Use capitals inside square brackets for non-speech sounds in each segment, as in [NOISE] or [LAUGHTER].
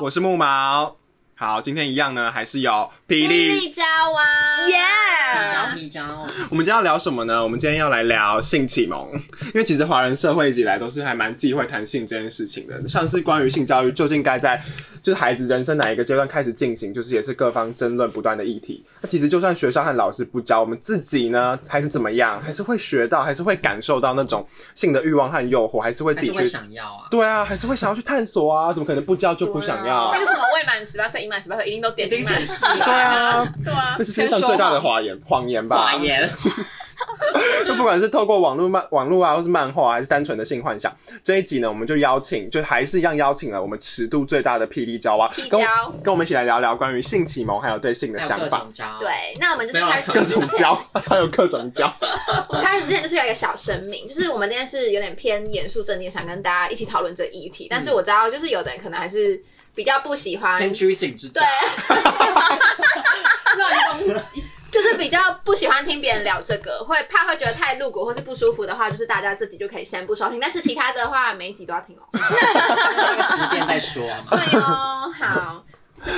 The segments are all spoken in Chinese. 我是木毛。好，今天一样呢，还是有霹雳。家湾耶霹雳皮胶，我们今天要聊什么呢？我们今天要来聊性启蒙，因为其实华人社会一直以来都是还蛮忌讳谈性这件事情的。像是关于性教育究竟该在就是孩子人生哪一个阶段开始进行，就是也是各方争论不断的议题。那其实就算学校和老师不教，我们自己呢还是怎么样，还是会学到，还是会感受到那种性的欲望和诱惑，还是会自还己是去会想要啊。对啊，还是会想要去探索啊，怎么可能不教就不想要？啊那个什么未满十八岁、已满十八岁，一定都点进来。是啊，啊，对啊那，是世界上最大的谎言，谎言吧？寡言，就不管是透过网络漫网络啊，或是漫画、啊，还是单纯的性幻想，这一集呢，我们就邀请，就还是一样邀请了我们尺度最大的霹雳娇啊霹，雳跟我娇跟我们一起来聊聊关于性启蒙还有对性的还有想各法，种招。，对，那我们就没是有啊开始各种教，还有各种教。我们开始之前就是有一个小声明，就是我们今天是有点偏严肃正经，想跟大家一起讨论这议嗯题。但是我知道，就是有的人可能还是比较不喜欢，偏对， [LAUGHS] 拘谨之家。乱攻击，就是比较不喜欢听别人聊这个，会怕会觉得太露骨或是不舒服的话，就是大家自己就可以先不收听。但是其他的话，每一集都要听哦。那个十遍再说嘛。对哦，好，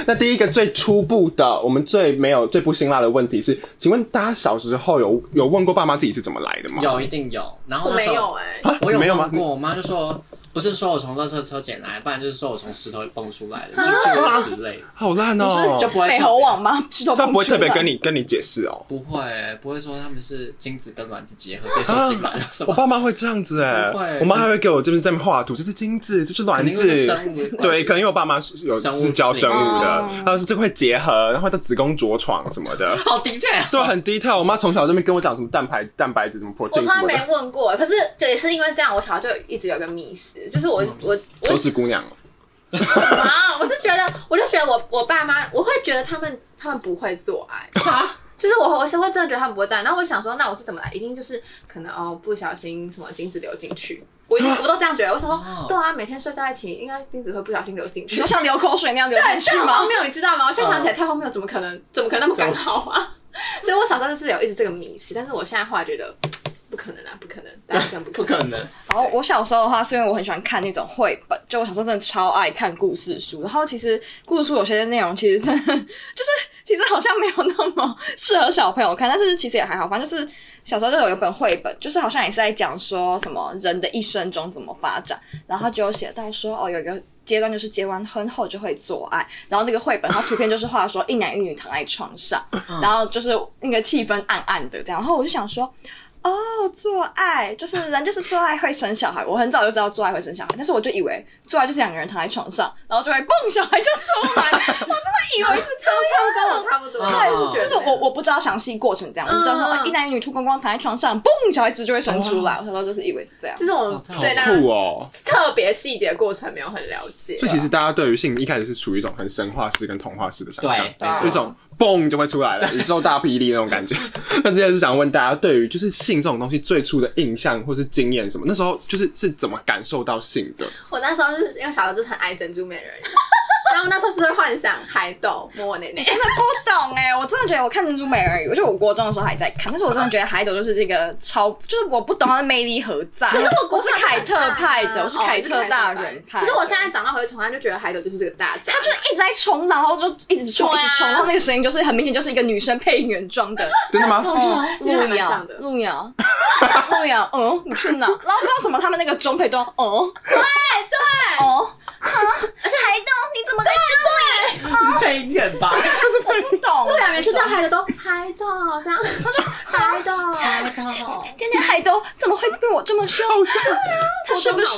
那第一个最初步的，我们最没有最不辛辣的问题是，请问大家小时候有有问过爸妈自己是怎么来的吗？有一定有，然后我那没时有候哎、啊，我有没有吗问？过，我妈就说，不是说我从垃圾车捡来，不然就是说我从石头里蹦出来的，就诸如此类，好烂哦、是就不会美猴王吗？石头他不会蹦出来特别跟你跟你解释哦、不会不会说他们是精子跟卵子结合变受精卵什我么，爸妈会这样子哎、不会我妈还会给我就是在那边画图，这是精子，这是肯卵定是子。生物对，可能因为我爸妈是有生物，是教生物的哦之类，的然后是这会结合，然后到子宫着床什么的好 detail，对，很 detail。我妈从小这边跟我讲什么蛋白蛋白质怎么我 protein 从来什么没的，问过，可是对，是因为这样，我小时候就一直有个迷思，就是我我我手指姑娘。 [LAUGHS] 啊，我是觉得，我就觉得我我爸妈，我会觉得他们他们不会做爱， [LAUGHS] 就是我我是会真的觉得他们不会做爱。然后我想说，那我是怎么来？一定就是可能哦，不小心什么精子流进去，我一定我都这样觉得。我想哦说，对啊，每天睡在一起，应该精子会不小心流进 [LAUGHS] 你去说。像流口水那样流对，进去太吗荒？谬，你知道吗？我现在想起来太荒谬，怎么可能？怎么可能那么刚好啊？ [LAUGHS] 所以我小时候就是有一直这个迷思，但是我现在后来觉得不可能啊，不可能，大家更不不可能。可能，然后我小时候的话，是因为我很喜欢看那种绘本，就我小时候真的超爱看故事书。然后其实故事书有些内容其实真的就是，其实好像没有那么适合小朋友看，但是其实也还好。反正就是小时候就有一本绘本，就是好像也是在讲说什么人的一生中怎么发展，然后就有写到说哦，有一个。阶段就是结完婚后就会做爱，然后那个绘本，然后图片就是画说一男一女躺在床上，然后就是那个气氛暗暗的这样，然后我就想说，哦，做爱就是人就是做爱会生小孩，我很早就知道做爱会生小孩，但是我就以为做爱就是两个人躺在床上，然后就会蹦小孩就出来，我真的以 [LAUGHS] 为是这样。差不多，差不多，啊对我也就是是觉得我我不知道详细过程这样，我就知道说、嗯哎一男一女秃光光躺在床上，嘣，小孩子就会生出来。我小时候就是以为是这样就，是我们哦这好对啊大家酷哦！特别细节过程没有很了解。啊所以其实大家对于性一开始是处于一种很神话式跟童话式的想象对，没错一种嘣就会出来了，宇宙大霹雳那种感觉。 [LAUGHS] 那之前是想问大家，对于就是性这种东西最初的印象或是经验什么，那时候就是是怎么感受到性的？我那时候就是因为小时候就是很爱珍珠美人鱼， [LAUGHS] 然后那时候就是幻想海斗摸我奶奶。真的不懂哎、我真的觉得我看《珍珠美人鱼》，我就我国中的时候还在看，但是我真的觉得海斗就是这个超，就是我不懂他的魅力何在。 [LAUGHS] 可是我国我是小很凯特大派啊的，我是哦凯你特大派人派。可是我现在长大回去重看，就觉得海斗就是这个大家，他就一直在冲浪，然后就一直冲，对一啊直冲，然后那个声音就是很明显就是一个女生配音员装 [LAUGHS] 的。真的吗？哦其实还路蛮遥像的，路遥，路遥， [LAUGHS] 哦，你去哪？然后不知道什么，他们那个中配都哦，对对，哦，而且海东，你怎么在这里？配音员吧，不懂，对啊，每次叫海斗都海斗这样，他说海 [LAUGHS] 斗海斗，今天海东怎么会对我这么 [LAUGHS] 凶？啊他是不是？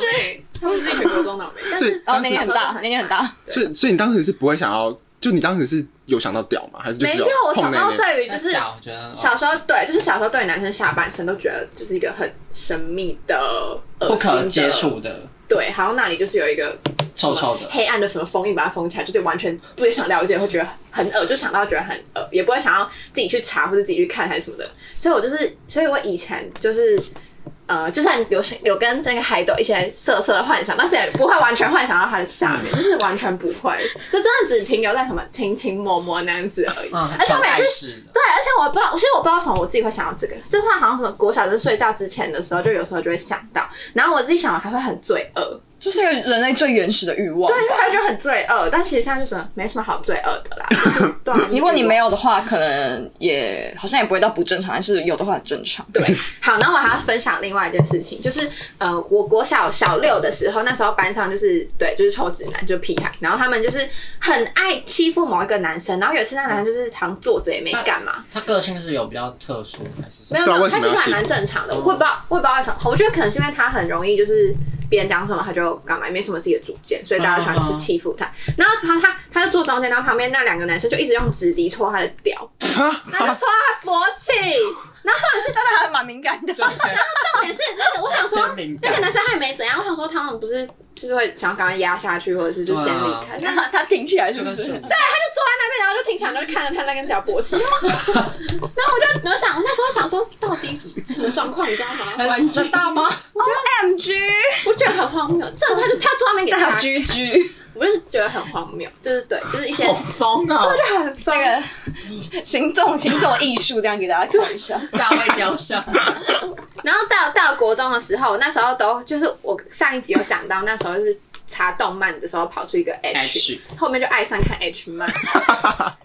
他们自己学国中脑没？但所以是哦然当后时年龄很大，年龄很大，所以，所以你当时是不会想要，就你当时是有想到屌吗？还是就没只有，我碰小时候那那？对于就是假我觉得小时候对，就是小时候对男生下半身都觉得就是一个很神秘的、不可恶心接的触的，对，好像那里就是有一个臭臭的，黑暗的什么封印把它封起来，就是完全不会想了解，会觉得很恶，就想到觉得很恶，也不会想要自己去查或者自己去看还是什么的。所以我就是，所以我以前就是。呃，就算有有跟那个海斗一些色色的幻想，但是也不会完全幻想到他的下面，就是完全不会，就真的只停留在什么亲亲摸摸那样子而已。嗯，而且我小每袋次式的，对，而且我不知道，其实我不知道为什么我自己会想到这个，就是他好像什么国小就是睡觉之前的时候，就有时候就会想到，然后我自己想完还会很罪恶，就是一个人类最原始的欲望。对，因为他就很罪恶，但其实现在就觉得没什么好罪恶的啦。就是对啊，如果你没有有的话，可能也好像也不会到不正常，但是有的话很正常。对，好，那我还要分享另外一件事情，就是呃，我国小小六的时候，那时候班上就是对，就是臭直男，就是屁孩，然后他们就是很爱欺负某一个男生，然后有一次那个男生就是常坐着也没干嘛，他个性是有比较特殊还是什没 [LAUGHS] 有，对么？没啊有，为什他么其实要还欺负蛮正常的。我也不知道，我也不知道为什么，我觉得可能是因为他很容易就是别人讲什么他就干嘛，也没什么自己的主见，所以嗯大家喜欢去欺负他。然后他他他就坐中间，然后旁边那两个男生就一直用纸笛戳他的屌，然后就戳他脖颈。然后重点是，但是还蛮敏感的，重点是那个，我想说 [LAUGHS] 真敏那感个男生还没怎样，我想说他们不是就是会想要赶快压下去，或者是就先离开，然嗯后他他挺起来是这不个是是？就坐在那边，然后就挺起来，然后就看着他那根屌勃起。然后我就我想，我那时候想说，到底是什么状况，你知道 [LAUGHS] 吗？玩具大吗？ M G，我觉得很荒谬，这他就他专门给这他还，G G，我就是觉得很荒谬，就是对，就是一些 [LAUGHS] 好疯哦，就很疯那个行动行走艺术，这样给大家看一下。大卫雕像，然后到到国中的时候，那时候都就是我上一集有讲到，那时候就是查动漫的时候跑出一个 H，, H 后面就爱上看 H 漫，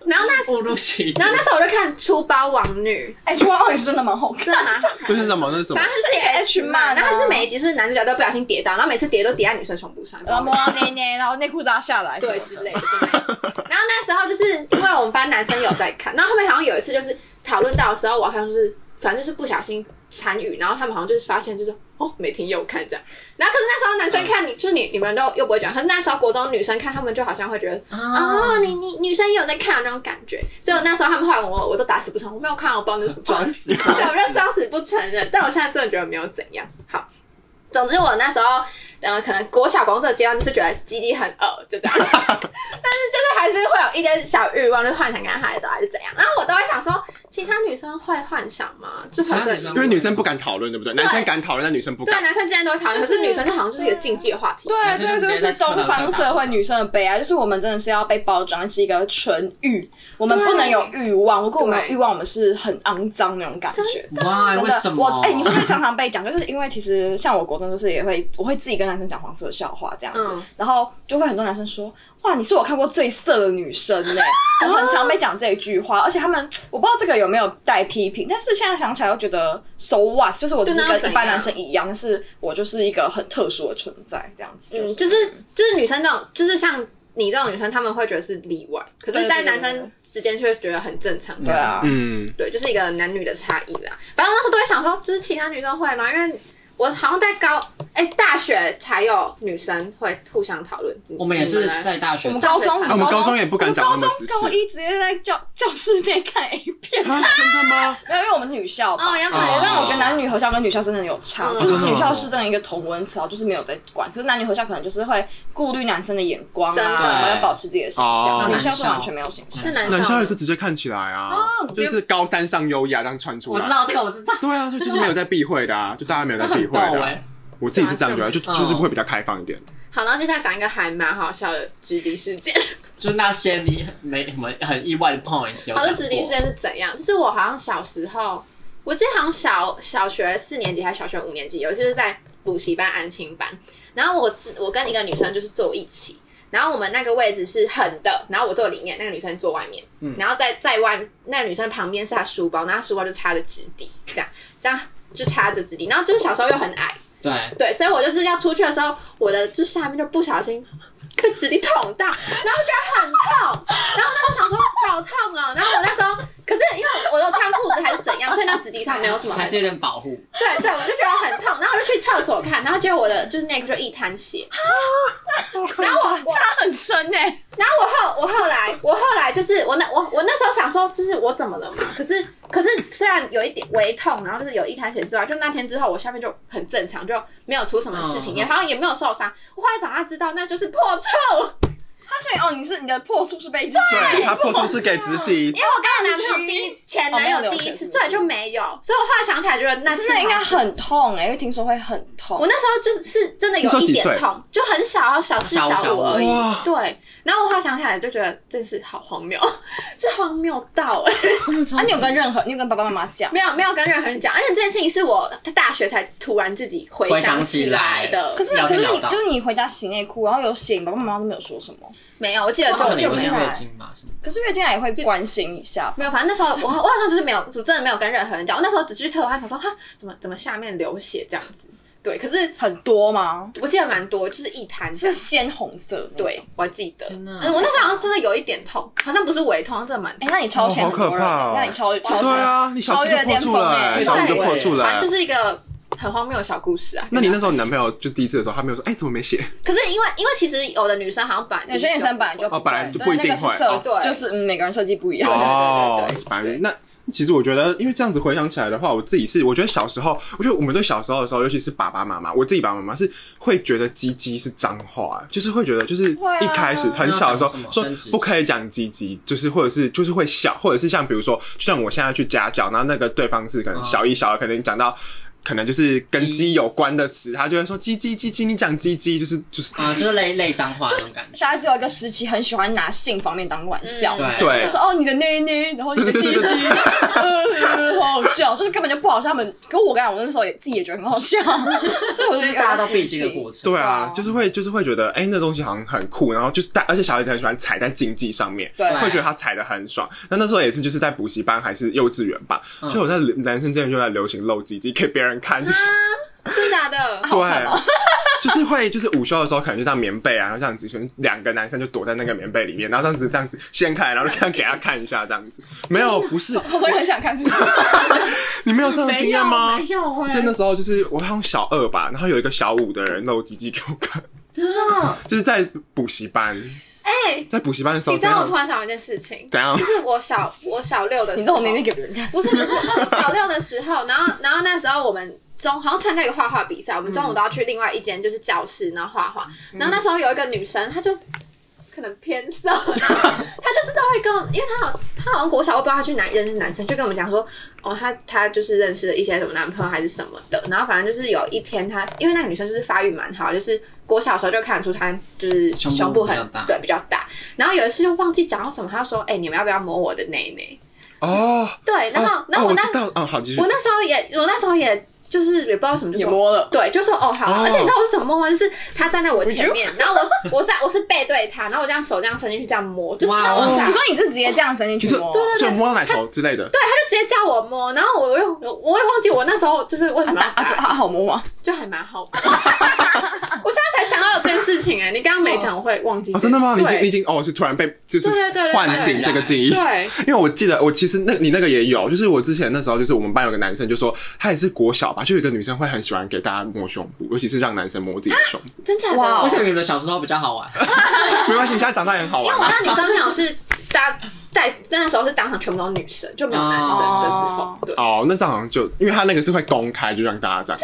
然后那不入歧途然后那时候我就看《出包王女哎，这话也是真的蛮好》，看。真的蛮好看这的。是什么？那是什么反？正就是一个 H 漫，漫啊然后就是每一集就是男主角都不小心跌倒，然后每次跌都跌在女生胸部上，然后摸到内内，然后内裤拉下来，对之类的。就那一种然后那时候就是因为我们班男生有在看，然后后面好像有一次就是讨论到的时候，我好像就是反正就是不小心参与，然后他们好像就是发现就是哦每天又看这样。然后可是那时候男生看你，就是你你们都又不会讲，可是那时候国中女生看他们就好像会觉得哦你你女生也有在看那种感觉，所以我那时候他们后来问我我都打死不承认，我没有看，我不知道那是什么。装死。对， [LAUGHS] 我就装死不承认。但我现在真的觉得没有怎样。好，总之我那时候，呃，可能国小工作阶段就是觉得鸡鸡很恶，就这 [LAUGHS] 样。但是就是还是会有一点小欲望，就是幻想跟他的还是怎样。然后我都会想说，其他女生会幻想吗？就反正其他因为女生不敢讨论，对不对？男生敢讨论，但女生不对啊敢。男生之间都会讨论，可是女生就好像就是一个禁忌的话题。对，啊男生就这就是直接是在东方社会女生的悲哀，就是我们真的是要被包装是一个纯欲，我们不能有欲望。如果我们有欲望，我们是很肮脏那种感觉。 [LAUGHS] 啊哇，真为的什，么？我哎、你会不会常常被讲？就是因为其实像我国中，就是也会，我会自己跟男生讲黄色笑话这样子，嗯然后就会很多男生说：“哇，你是我看过最色的女生 [LAUGHS] 呢、我很常被讲这句话，而且他们我不知道这个有没有带批评，但是现在想起来又觉得 so what，就是我只是对那又跟怎一般样男生一样，但是我就是一个很特殊的存在这样子。嗯，就是就是女生这种，就是像你这种女生，她们会觉得是例外，可是，在对对对男生之间却觉得很正常。 [LAUGHS] 对啊，嗯，对，就是一个男女的差异啦。反正我那时候都会想说，就是其他女生会吗？因为我好像在高哎、大学才有女生会互相讨论。我们也是你呢在大学我们高中，啊我们高中也不敢讲我那们么高仔中细高一直接在教教室内看 A [LAUGHS] 片，啊真的吗？没有，因为我们是女校吧。哦，要哦看但我觉得男女合校跟女校真的有差，嗯就是女校是真的一个同文词啊，就是没有在管。可是男女合校可能就是会顾虑男生的眼光真的啊，然后要保持自己的形哦象。女校是完全没有形象是。男男校也是生。直接看起来啊，别就是高三上优雅这样穿出我来。知道这个，我知道。对啊，所以就是没有在避讳的啊，就大家没有在避很讳逗的哎啊。，我自己是这样觉得，就嗯就是会比较开放一点。好，然后接下来讲一个还蛮好笑的直笛事件。就是那些你很没什么很意外的 points 有好，讲这过。直笛事件是怎样？就是我好像小时候，我记得好像小小学四年级还是小学五年级，有一次就是在补习班安亲班，然后我只我跟一个女生就是坐一起，然后我们那个位置是横的，然后我坐里面，那个女生坐外面，嗯然后在在外那个女生旁边是她书包，然后她书包就插着纸笛，这样这样就插着纸笛，然后就是小时候又很矮，对，对，所以我就是要出去的时候，我的就下面就不小心被纸力捅到，然后觉得很痛，然后那时候想说好痛哦，然后我那时候可是因为我有穿裤子还是怎样，所以那纸地上没有什么还痕是有点保护。对对，我就觉得很痛，然后我就去厕所看，然后结果我的就是内裤就一滩血，然后我我差很深欸呢、然后我后我后来我后来就是我那我我那时候想说就是我怎么了嘛？可是可是虽然有一点微痛，然后就是有一滩血之外，就那天之后我下面就很正常，就没有出什么事情，嗯也好像也没有受伤。我后来长大知道那就是破处，他所以哦，你是你的破处是被对他破处是给直敌，因为我跟我男朋友第一前男友第一次哦没有流血是不是对就没有，所以我后来想起来觉得那次真的应该好像很痛哎、因为听说会很痛。我那时候就是是真的那时有候一几点岁痛，就很小，小四小五小小五五而已哇。对，然后我后来想起来就觉得真是好荒谬， [LAUGHS] 这荒谬到哎、啊，你有跟任何，你有跟爸爸妈妈讲？没有没有跟任何人讲，而且这件事情是我大学才突然自己回回想想起起来来的。可是聊可天是聊你到就是你回家洗内裤，然后有血，你爸爸妈妈都没有说什么。没有，我记得他可能就有就没些有。月经吧什么。可是月经来也会关心一下吧。没有，反正那时候我我好像就是没有，我真的没有跟任何人讲。我那时候只是去厕所看，想说哈，怎么怎么下面流血这样子。对，可是很多吗？我记得蛮多，就是一滩这是样。鲜红色的那种。对，我还记得。天哪嗯，我那时候好像真的有一点痛，好像不是胃痛，好像真的蛮哎、痛。那你超前哦好很多人可怕哦那你超超前对啊，你小超四就越破巅处峰了哎、欸，小四就破处啊了反欸。正就是一个很荒谬的小故事啊。那你那时候你男朋友就第一次的时候，他没有说，哎，怎么没写？可是因为因为其实有的女生好像本来有些女生本来就哦本来就不一定会对那哦个是设就是嗯每个人设计不一 [LAUGHS] 样。哦对对对对对，反正那。其实我觉得，因为这样子回想起来的话，我自己是，我觉得小时候，我觉得我们对小时候的时候，尤其是爸爸妈妈，我自己爸爸妈妈是会觉得“鸡鸡”是脏话，就是会觉得，就是会啊一开始很小的时候那要讲什么说生殖器不可以讲“鸡鸡”，就是或者是就是会笑，或者是像比如说，就像我现在去家教，然后那个对方是可能小一、小二，可能讲到可能就是跟嗯鸡鸡有关的词，他就会说“鸡鸡鸡鸡”，你讲“鸡鸡”就是就是啊，就是类类脏话那种感觉小。孩子有一个时期很喜欢拿性方面当嗯玩笑，对对就是哦你的内内，然后你的对鸡对鸡，对对呃好好笑，就是根本就不好笑。他们跟我刚才我那时候也自己也觉得很好 [LAUGHS] 笑，所以我觉得大家都必经的过程。对对啊啊，就是会就是会觉得，哎、那东西好像很酷，然后就是大，而且小孩子很喜欢踩在竞技上面，对会觉得他踩的很爽。那那时候也是就是在补习班还是幼稚园吧，嗯所以我在男生之间就在流行露鸡鸡给别人看，就是、啊，真假的？对。 [LAUGHS] 就是会，就是午休的时候，可能就当棉被啊，然后这样子，全两个男生就躲在那个棉被里面，然后这样子，这样子掀开，然后看给他看一下，这样子。没有，不是，我所以很想看，是不是？你没有这样的经没验有吗没？有欸哎，就那时候，就是我好像小二吧，然后有一个小五的人露鸡鸡给我看，就是在补习班，哎，在补习班的时候，你知道我怎突样然想到一件事情，怎样就？是我小我小六的你时说候我，内内给别人看，不是不是小六的时候，然后然后那时候我们中好像参加一个画画比赛，我们中午都要去另外一间就是教室，然后画画。然后那时候有一个女生，她就可能偏瘦，她就是都会跟我，因为她好她好像国小，我不知道她去哪里认识男生，就跟我们讲说，哦，她她就是认识了一些什么男朋友还是什么的。然后反正就是有一天她，因为那个女生就是发育蛮好，就是国小的时候就看得出她就是胸部胸部比很较大对比较大。然后有一次就忘记讲到什么，她就说，哎、你们要不要摸我的内内？哦，对，然后哦然后哦我我那。知道，嗯，好，继续我。那时候也，我那时候也就是也不知道什么，就也说摸了。对，就说哦好啊、哦而且你知道我是怎么摸吗？就是他站在我前面， [LAUGHS] 然后我我在我是背对他，然后我这样手这样伸进去这样摸，就哇超哦大。你说你是直接这样伸进去摸？对就摸到奶头之类的，对，他就直接叫我摸，然后我又我也忘记我那时候就是为什么要啊，打，这啊好摸吗？就还蛮好。我 [LAUGHS] 现在才想到有这件事情哎、你刚刚没讲，我会忘记哦，这件真事、的吗？你已经你对已经哦，是突然被就是对对对对唤醒这个记忆，对，因为我记得我其实那你那个也有，就是我之前那时候就是我们班有个男生就说他也是国小吧，就有一个女生会很喜欢给大家摸胸部，尤其是让男生摸自己的胸部，真假的？哇哦为什么你们的小时候比较好玩？没关系，你现在长大也很好因为玩我啊。那女生朋友是大在那时候是当场全部都女生，就没有男生的时候哦对。哦，那这样好像就因为他那个是会公开，就让大家这样。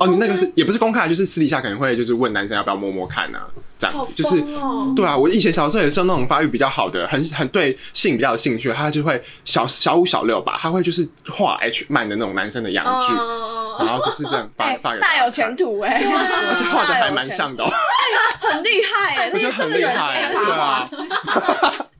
哦，你那个是也不是公开，就是私底下可能会就是问男生要不要摸摸看啊，这样好子就是疯哦对啊，我以前小时候也是那种发育比较好的，很很对性比较有兴趣，他就会小小五小六吧，他会就是画 H 漫的那种男生的洋剧，然哦，后就是这样发、哎发给，大有前钱，途哎， [LAUGHS] 而且画的还蛮像的、哦，很厉害哎，我觉得很厉害，这对个人才啊，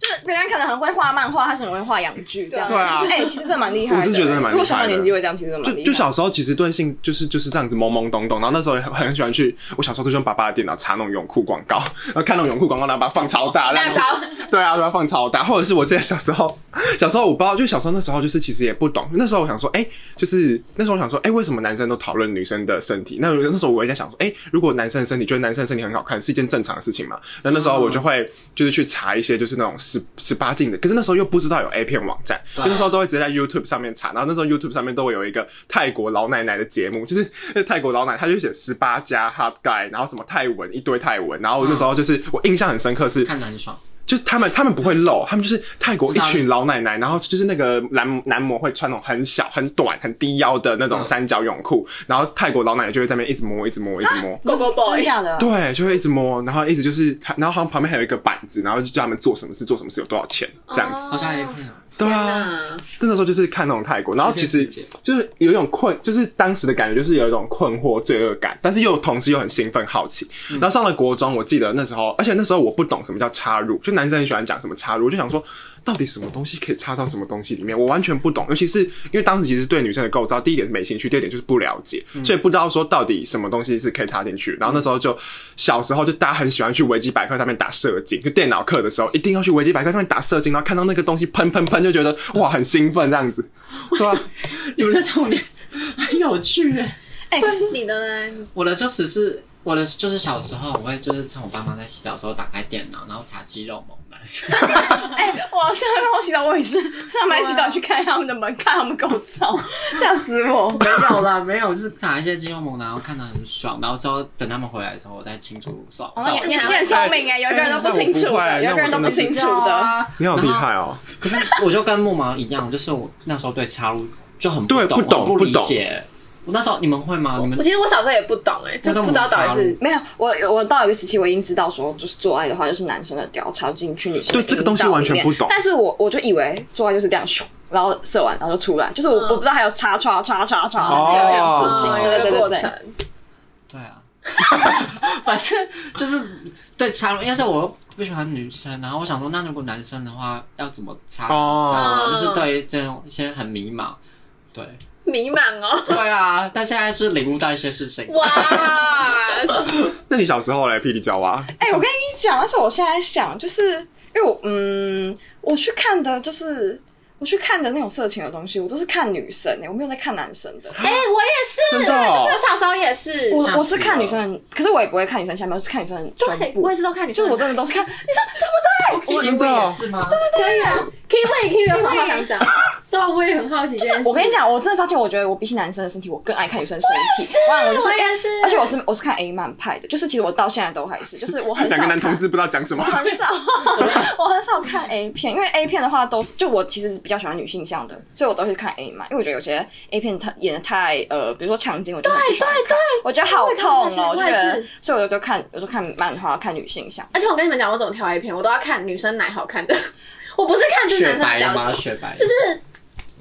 就是别人可能很会画漫画，他可能会画洋剧这样。对啊其实哎，其实这蛮厉害的。我是觉得蛮厉害的如果小小年纪会这样，其实蛮就厉害。就小时候其实对性就是就是这样子懵懵懂懂，然后那时候也很很喜欢去，我小时候就用爸爸的电脑查那种泳裤广告，然后看那种泳裤广告，然后把它放超大，大让招对啊，都要放超大，或者是我记得小时候，小时候我不知道，就小时候那时候就是其实也不懂，那时候我想说，哎、就是那时候我想说，哎、为什么男生都讨论女生的身体？那那时候我也在想说，哎、如果男生的身体觉得男生的身体很好看，是一件正常的事情嘛？那那时候我就会就是去查一些就是那种十十八禁的，可是那时候又不知道有 A 片网站，就对那时候都会直接在 YouTube 上面查，然后那时候 YouTube 上面都会有一个泰国老奶奶的节目，就是那泰国老奶奶她就写十八加 Hot Guy，然后什么泰文一堆泰文，然后我那时候就是我印象很深刻是。看得很爽，就是他们，他们不会露，他们就是泰国一知道就群是老奶奶，然后就是那个男男模会穿那种很小、很短、很低腰的那种嗯三角泳裤，然后泰国老奶奶就会在那边一直摸、一直摸、一直摸，狗狗 boy 真假的？对，就会一直摸，然后一直就是他，然后好像旁边还有一个板子，然后就叫他们做什么事、做什么事、有多少钱这样子。好像 A 片啊，对哦天啊，哪那时候就是看那种泰国，然后其随实便理解就是有一种困，就是当时的感觉就是有一种困惑、罪恶感，但是又同时又很兴奋、好奇。然后上了国中，我记得那时候，而且那时候我不懂什么叫插入，就男生很喜欢讲什么插入，我就想说。到底什么东西可以插到什么东西里面？我完全不懂，尤其是因为当时其实对女生的构造，第一点是没兴趣，第二点就是不了解，所以不知道说到底什么东西是可以插进去。然后那时候就小时候就大家很喜欢去维基百科上面打射精，就电脑课的时候一定要去维基百科上面打射精，然后看到那个东西喷喷喷，就觉得哇很兴奋这样子，对啊，你们的重 [LAUGHS] 点很有趣耶，哎、可但是是你的呢？我的就只是我的就是小时候我会就是趁我爸妈在洗澡的时候打开电脑，然后查肌肉猛男，哎、我现在让我洗澡，我也是上班洗澡去看他们的门，看他们狗澡，啊吓死我！没有啦，没有，就是打一些肌肉猛男，然后看到很爽，然后之后等他们回来的时候，我再清除扫哦，扫你你你很聪明欸哎，有一个人都不清楚哎的，有一个人都不清楚的。 [LAUGHS] 你好厉害哦！可是我就跟木毛一样，就是我那时候对插入就很对懂，不懂我很不理不懂解。我那时候你们会吗？你们我其实我小时候也不懂哎、就不知道到底是没有，我我到一个时期，我已经知道说，就是做爱的话，就是男生的屌插进去女生的对这个东西完全不懂阴道里面但是我我就以为做爱就是这样咻，然后射完然后就出来，就是我、嗯我不知道还有插插插插插，哦就是有这样的事情，哦对有对一个对过对程对。，对啊， [LAUGHS] 反正就是对插入，要是我不喜欢女生，然后我想说，那如果男生的话，要怎么插？哦就是对于这种一些很迷茫。对，迷茫哦，对啊，但现在是领悟到一些事情。哇，那你小啊时候嘞，霹雳娇娃，哎、我跟你讲，但是我现在想，就是因为我嗯，我去看的就是。我去看的那种色情的东西，我都是看女生哎、我没有在看男生的。哎、我也是，真的哦就是我小时候也是，我吓死我是看了女生的，可是我也不会看女生下面，我是看女生的对胸，部我。也是都看女就生，是我真的都是 [LAUGHS] 看，我真的哦也是吗？可以啊，可以问，可以有什么话想讲？对啊，我也很好奇这件事。我跟你讲，我真的发现，我觉得我比起男生的身体，我更爱看女生身体。哇，我就是哎我也是而且我是我是看 A 漫派的，就是其实我到现在都还是，就是我两很少个看男同志不知道讲什么 [LAUGHS] 我，很少，我很少看 A 片，因为 A 片的话都是，就我其实比较喜欢女性向的，所以我都会看 A 嘛，因为我觉得有些 A 片它演的太呃，比如说强奸，我就很不喜欢看，我觉得好痛哦，我我也看我就觉也得是，所以我就看，我就看漫画，看女性向。而且我跟你们讲，我怎么挑 A 片，我都要看女生奶好看的， [LAUGHS] 我不是看就是男生雪的白屌，吗？雪白就是。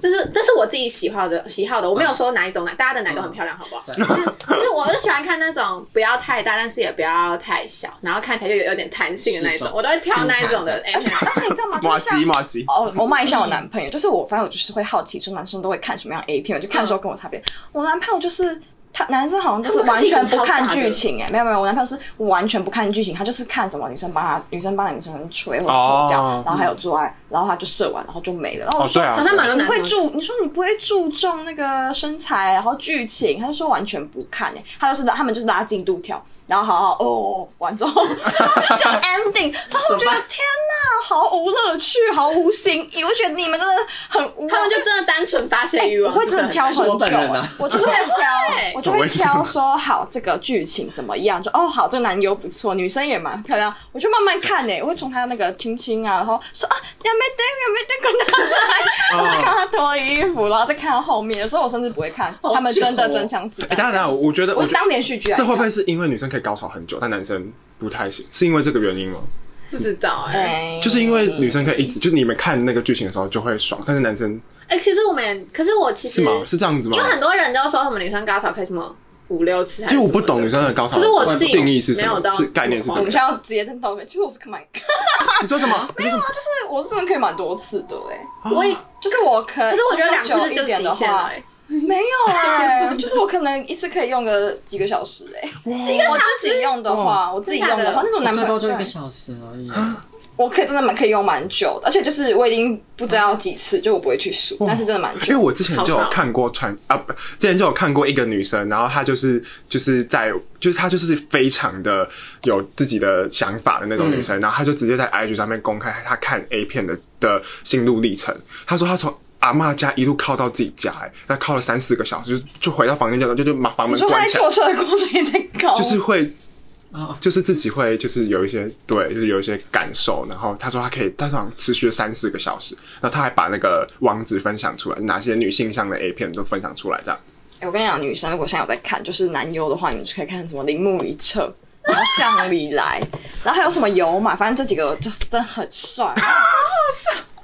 就是，这是我自己喜好的喜好的，我没嗯有说哪一种奶，大家的奶都很漂亮，好不好？对就是，就是我就喜欢看那种不要太大，但是也不要太小，然后看起来就有有点弹性的那一适种，中我都会挑那一种的 A 而且片。而且你知道 [LAUGHS] 吗？就马是像吉马吉，哦，我骂一下嗯我男朋友，就是我，反正我就是会好奇，说男生都会看什么样的 A 片，我就看的时候嗯跟我差别。我男朋友就是他，男生好像就是完全不看剧情，哎，没有没有，我男朋友是完全不看剧情，他就是看什么女生帮他，女生帮女生吹或者口交，哦然后还有做爱，然后他就射完，然后就没了。然后我哦说对啊，好像蛮多你男会生注，你说你不会注重那个身材，然后剧情，他就说完全不看哎，他就是拉他们就是拉进度条，然后好好哦，完之后 [LAUGHS] 就 ending，然后我觉得天哪，毫无乐趣，毫无新意，我觉得你们真的很无聊，他们就真的单纯发泄欲我望， [LAUGHS] 会真的挑是我很本久人哎啊，我就会挑，我就我会也是这样挑说好这个剧情怎么样，就哦好这个男优不错，女生也蛮漂亮，我就慢慢看哎，我会从他那个亲亲啊，然后说啊有没有有没有跟 [LAUGHS] 他来。我哦在看他脱衣服，然后再看到后面，有时候我甚至不会看好他们真的久哦真枪实哎，当弹。然，我觉得，我我觉得当连续剧来这看，会不会是因为女生可以高潮很久，但男生不太行？是因为这个原因吗？不知道哎、哎？就是因为女生可以一直，就是你们看那个剧情的时候就会爽，但是男生哎、其实我们也，可是我其是实吗？是这样子吗就？很多人都说什么女生高潮可以什么五六次，其实我不懂女，生的高潮可是我自己定义是什没有么，到是概念是 [LAUGHS] 我什么们现？在要直接到尾，其实我是看蛮，就你说什么？ [LAUGHS] 没有是我是真的可以蛮多次的哎，我也，就是我可，可是我觉得两久次一就点极的限了、话，哎没有 [LAUGHS] 哎，就是我可能一次可以用个几个小时哎，一个我小自己时用的话，我自己用的话，真的假的那种我男最朋多友就一个对啊小时而已。啊我可以真的蛮可以用蛮久的，而且就是我已经不知道几次，就我不会去数，但是真的蛮因为久。我之前就有好爽看过传啊，不，之前就有看过一个女生，然后她就是就是在就是她就是非常的有自己的想法的那种女生，嗯然后她就直接在 IG 上面公开她看 A 片的的心路历程。她说她从阿嬷家一路靠到自己家、欸，那靠了三四个小时，就就回到房间就就就把房你门说他关在起来哦坐，车的过程也在搞，就是会哦，就是自己会就是有一些对，就是有一些感受。然后他说他可以，他好像持续了三四个小时。然后他还把那个网址分享出来，哪些女性向的 A 片都分享出来，这样子。哎我跟你讲，女生如果现在有在看，就是男优的话，你们就可以看什么铃木一彻，然后向里来，然后还有什么油嘛，反正这几个就是真的很帅。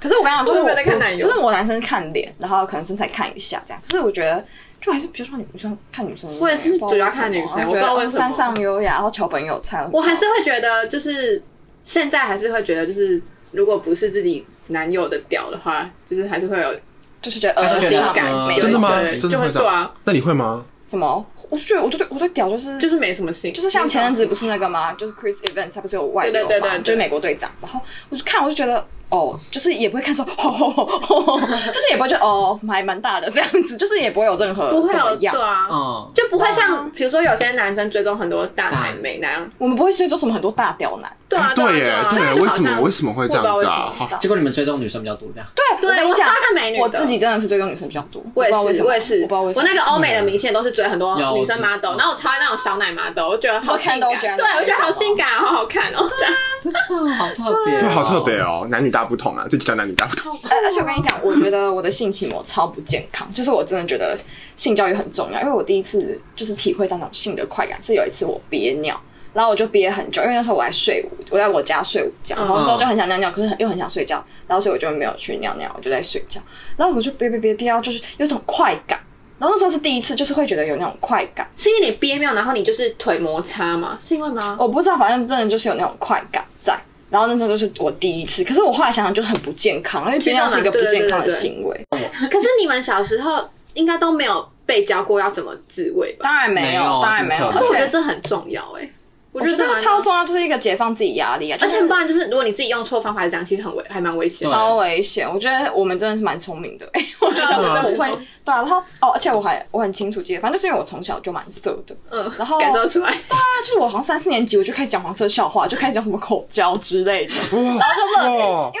可是我跟你讲，就我是我都没有在看男优就是我男生看脸，然后可能身材看一下这样。可是我觉得，就还是比较喜欢女生看女生。我也是主要看女生我不知道为什么哦山上优雅，然后桥本有菜。我还是会觉得，就是现在还是会觉得，就是如果不是自己男友的屌的话，就是还是会有就是觉得还恶是觉心得感嗯，没真的吗对真的就会会这样对啊，那你会吗？什么，我就觉得我对我对屌就是就是没什么性，就是像前阵子不是那个吗？就是 Chris Evans 他不是有外流嘛，对对对对对就是美国队长。然后我就看，我就觉得哦，就是也不会看说 [LAUGHS] 哦，就是也不会觉得哦，还蛮大的这样子，就是也不会有任何不会怎么有样啊对。啊，嗯，就不会像比如说有些男生追踪很多大奶妹那样，我们不会说做什么很多大屌男。对啊，哎对耶啊，啊，对，就为好什像么为什么会这样我也不子知道啊为什？么好结果你们追踪女生比较多，这样对对我跟你我知讲道看美女的我自己真的是追踪女生比较多。我也不知道为是，什么我也是，我不知道为什么。那个欧美的明星都是追很多嗯有女生我知 model，然后我超爱那种小奶 model，我觉得好说性感，Kendall Jenner 对我觉得好那种性感，好好看哦。这样好特别，对，好特别。哦，男女大不同啊，这就叫男女大不同。而而且我跟你讲，我觉得我的性启蒙超不健康，就是我真的觉得性教育很重要，因为我第一次就是体会到那种性的快感，是有一次我憋尿。然后我就憋很久，因为那时候我还睡午，我在我家睡午觉，然后那时候就很想尿尿，可是很又很想睡觉，然后所以我就没有去尿尿，我就在睡觉。然后我就憋憋憋憋到就是有一种快感，然后那时候是第一次，就是会觉得有那种快感。是因为你憋尿，然后你就是腿摩擦嘛，是因为吗？我不知道，反正真的就是有那种快感在。然后那时候就是我第一次，可是我后来想想就很不健康，因为憋尿是一个不健康的行为。可是你们小时候应该都没有被教过要怎么自慰吧？当然没没有有，当然没怎么有。而可可是我觉得且这很重要哎，我我觉得这觉得这个蛮超，重要，就是一个解放自己压力啊，就而且是很棒，就是如果你自己用错方法是这样，其实很危，还蛮危险的。超危险。我觉得我们真的是蛮聪明的， [LAUGHS] 哎，我觉得我们不会。对啊，然后哦，而且我还我很清楚记得，反正就是因为我从小就蛮色的，嗯，然后感受出来，啊，就是我好像三四年级我就开始讲黄色笑话，就开始讲什么口交之类的。哇，因为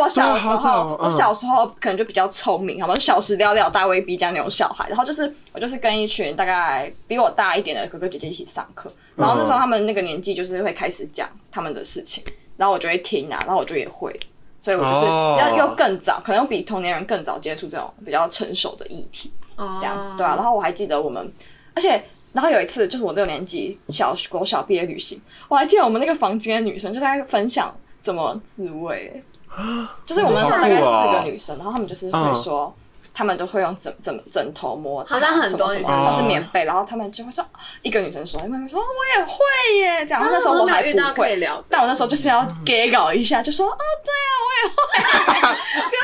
我小时对啊好早候哦，我小时候可能就比较聪明，好吧，小时了了，大未必将那种小孩。然后就是我就是跟一群大概比我大一点的哥哥姐姐一起上课，然后那嗯时候他们那个年纪就是会开始讲他们的事情，然后我就会听啊，然后我就也会，所以我就是哦要又更早，可能比同年人更早接触这种比较成熟的议题。这哦这样子，对啊。然后我还记得我们，而且然后有一次就是我六年级小国小毕业旅行，我还记得我们那个房间的女生就在分享怎么自 [GASPS] 慰，就是我们大啊概四个女生，然后她们就是会说。她们都会用枕枕枕头摸擦，嗯好像很什多么什女么什生啊么，或哦是棉被，然后她们就会说， [GASPS] 一个女生说，另外一个说哦我也会耶，这样。然后那时候啊我都没还有遇到不可以会，聊的，但我那时候就是要 gay 搞一下，就说哦对啊我也会， [LAUGHS] 可是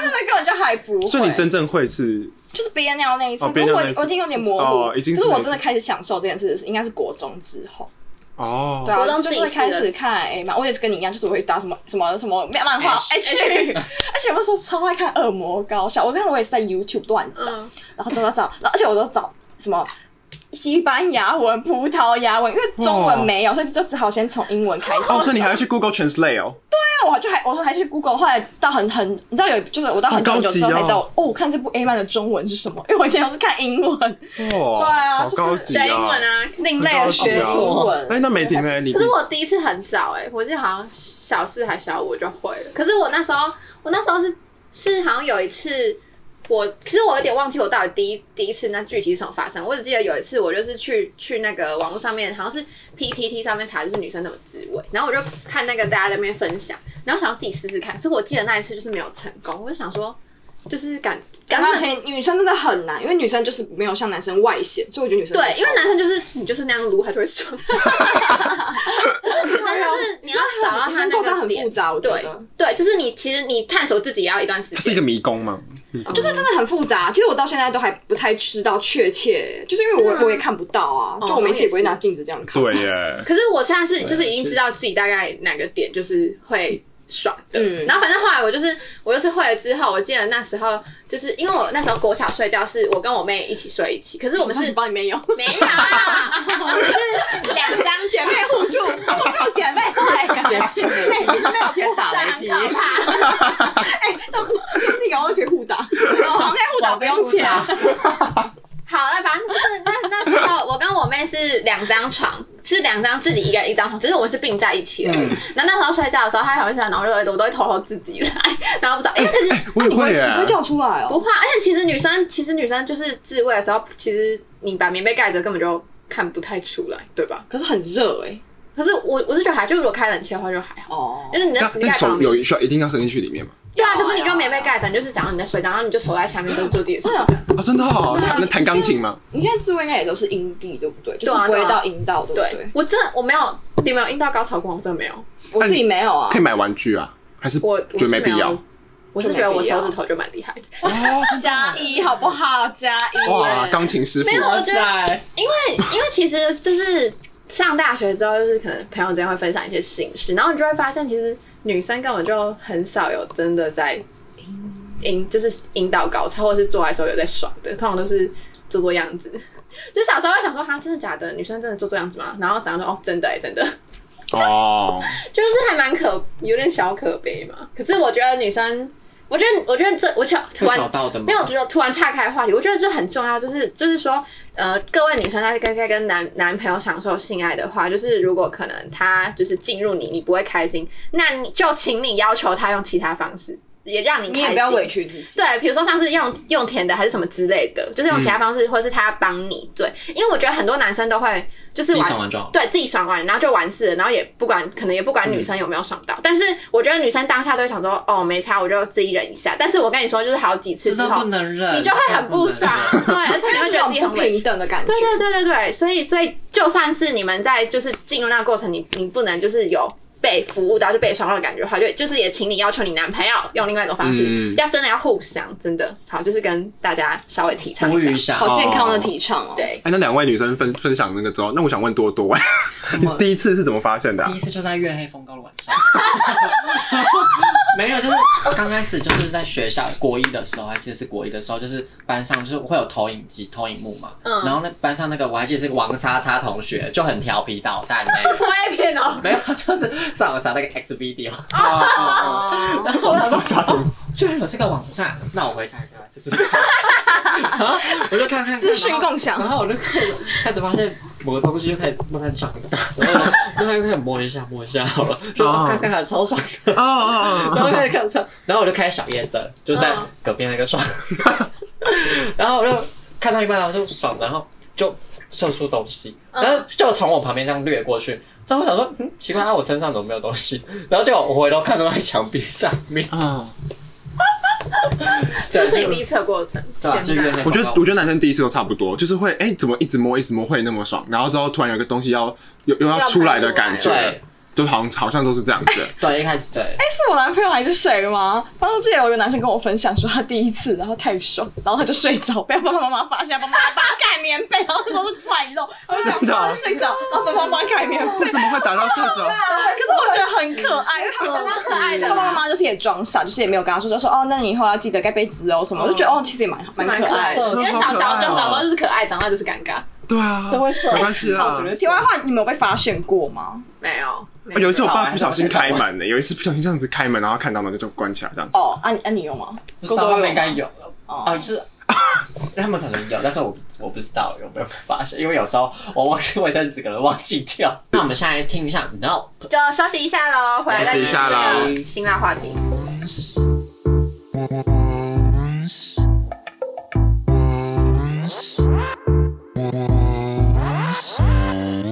那根本就还不会。所以你真正会是就是憋尿那一次，哦不憋过尿我那一次我已经有点模糊，哦已经是可是我那一次真的开始享受这件事，是应该是国中之后，哦，对啊，国中就自己是会开试的始看 A 漫，我也是跟你一样，就是我会打什么什么什么漫画 H H，而且我那时候超爱看《恶魔高校》，我看我也是在 YouTube 乱找，嗯，然后找找找，然后而且我都找什么。西班牙文、葡萄牙文，因为中文没有，所以就只好先从英文开始。哦，所以你还要去 Google Translate 哦，但我就还我还去 Google，后来到很很，你知道有就是我到很久好很高久级之后才知道，哦哦我看这部 A 漫的中文是什么，因为我以前都是看英文。哇，对啊好就是高级学英文啊。啊。另类的学英文。哎，那梅婷呢？你可是我第一次很早哎、我记得好像小四还小五我就会了。可是我那时候，我那时候是是好像有一次，我其实我有点忘记我到底第一第一次那具体是什么发生。我只记得有一次我就是去去那个网络上面，好像是 PTT 上面查就是女生怎么自慰，然后我就看那个大家在那边分享，然后想要自己试试看。所以我记得那一次就是没有成功，我就想说就是感感感到到前女生真的很难，因为女生就是没有像男生外显，所以我觉得女生对，因为男生生就是你就是那样撸，他就会爽。 [LAUGHS] 女生就是你要找到女他生构那造个很点复，杂，我觉对得啊对，就是你其实你探索自己也要一段时它是一个间，迷宫吗？就是真的很复杂。其实我到现在都还不太知道确切，就是因为真的吗我我也看不到啊，哦就我每次也不会拿镜子这样看。对耶，可是我现在是就是已经知道自己大概哪个点就是会爽的，嗯然后反正后来我就是我就是会了之后，我记得那时候就是因为我那时候国小睡觉是我跟我妹一起睡一起，可是我我们是 [LAUGHS] 是帮你没有没有啊，我们是两张姐全妹互 [LAUGHS] 助，互助姐妹会啊，姐妹互助没有天打雷很劈可怕。哎，那不那个我都可以互 [LAUGHS] 打，哦，好像互打不用钱。好，那反正就是那那时候我跟我妹是两张床，是两张自己一个人一张床，只是我们是并在一起的。嗯然后那时候睡觉的时候，他很喜欢脑热的，我都会偷偷自己来，然后不知道，因为可是哎 [LAUGHS] 我也会耶你，会叫出来不哦。怕，而且其实女生其实女生就是自慰的时候，其实你把棉被盖着根本就看不太出来，对吧？可是很热哎、可是我我是觉得还就如果开冷气的话就还好，哦因为你的但你但盖手床有需要一定要伸进去里面嘛？对啊，要啊可是你要用啊棉被盖着，你就是假装你在睡着，然后你就手在下面就是做自己的事对啊情。啊，真的哦，对啊那弹钢琴吗？你现在自慰应该也都是阴蒂对不对？就对啊是不会对啊到阴道对不对对？我真的我没有，你们有阴道高潮过吗？我真的没有，我自己没有啊可以，买玩具啊，还是我觉得没必要？我是没有我是觉得我手指头就蛮厉害的，哦，加一好不好？加一哇，耶钢琴师傅没有哇塞，因为因为其实就是上大学之后，就是可能朋友之间会分享一些心事，然后你就会发现，其实女生根本就很少有真的在引就是引导高潮，或者是做爱的时候有在爽的，通常都是做做样子。就小时候会想说，哈，真的假的？女生真的做做样子吗？然后长大说，哦，真的哎、真的， [LAUGHS] 哦，就是还蛮可，有点小可悲嘛。可是我觉得女生，我觉得，我觉得这，我突突会然找到的吗没？有，我觉得突然岔开话题，我觉得这很重要，就是就是说，呃，各位女生在跟在跟男男朋友享受性爱的话，就是如果可能他就是进入你，你不会开心，那你就请你要求他用其他方式，也让你开你心。也不要委屈自己。对，比如说上次用用甜的还是什么之类的，就是用其他方式，或是他帮你。对，因为我觉得很多男生都会就是自己玩爽完就好。对自己爽完，然后就完事了，然后也不管，可能也不管女生有没有爽到。但是我觉得女生当下都会想说，哦，没差，我就自己忍一下。但是我跟你说，就是好几次这之真的后不，能忍，你就会很不爽，对，而且你会就是觉得自己那种很不委平屈。等的感觉对。对对对对，所以所以就算是你们在就是进入那个过程，你你不能就是有被服务到就被爽到的感觉的话，就就是也请你要求你男朋友用另外一种方式，嗯要真的要互相，真的好，就是跟大家稍微提 [LAUGHS] 倡无一下语。一下。好健康的提倡哦。对，哎，那两位女生分分享那个之后，那我想问多多，哎怎么 [LAUGHS] 第一次是怎么发现的啊第？一次就在月黑风高的晚上，没有，就是刚开始就是在学校国一的时候，还记得是国一的时候，就是班上就是会有投影机、投影幕嘛，嗯然后那班上那个我还记得是王莎莎同学，就很调皮捣 [LAUGHS] 蛋那个。外片哦，没有，就是上网查那个 X [LAUGHS] video，哦，然后我想说，哦，居然有这个网站，那我回家也来试试看。 [LAUGHS] 然后我就看看看资讯然后共享然后我就开始开始发现某个东西就开始慢慢长大，然后然后又开始摸一下摸一下好了，就哦看看看超爽的。哦哦然后开始看车，然后我就开小夜灯，就在嗯隔壁那个床，然后我就看到一半，然后就爽，然后就射出东西，嗯然后就从我旁边这样掠过去。但我想说，嗯，奇怪，啊，我身上怎么没有东西？然后结果我回头看到在墙壁上面， [LAUGHS] 哦，这是对你第一次的过程，对啊，就天哪越来越我觉得糟糕我觉得男生第一次都差不多，就是会哎怎么一直摸一直摸会那么爽，然后之后突然有一个东西要又又要出来的感要对觉，就好像好像都是这样子。对，一开始对，哎，是我男朋友还是谁吗？当时记得有一个男生跟我分享说他第一次，然后太爽，然后他就睡着，被爸爸妈妈发现，爸爸妈妈帮他盖棉被，然后他说是怪肉，然后就真的哦他就睡着，然后爸爸妈妈盖棉 [LAUGHS] 被为。什么会打到睡着？啊可是我觉得很可爱，因为他还蛮可爱的爸爸妈妈就是也装傻，就是也没有跟他说，就说哦，那你以后要记得盖被子哦什么，我就觉得哦，其实也蛮蛮蛮可可爱爱的。的，因为小时候就小时候就是可爱，长大就是尴尬。对啊，真会射没关系啦。题外话，你们有被发现过吗？没有，没哦有一次我爸不小心开门欸的，有一次不小心这样子开门，然后看到嘛就就关起来这样。哦，啊你啊你有吗？不知道他们应该有了。哦，哦，就是。 [LAUGHS] 他们可能有，但是我我不知道有没有发现，因为有时候我忘记卫生纸，可能忘记掉。 [LAUGHS] 那我们现在听一下 Nope。就休息一下喽，回来再休继息续一下啦这个辛辣话题。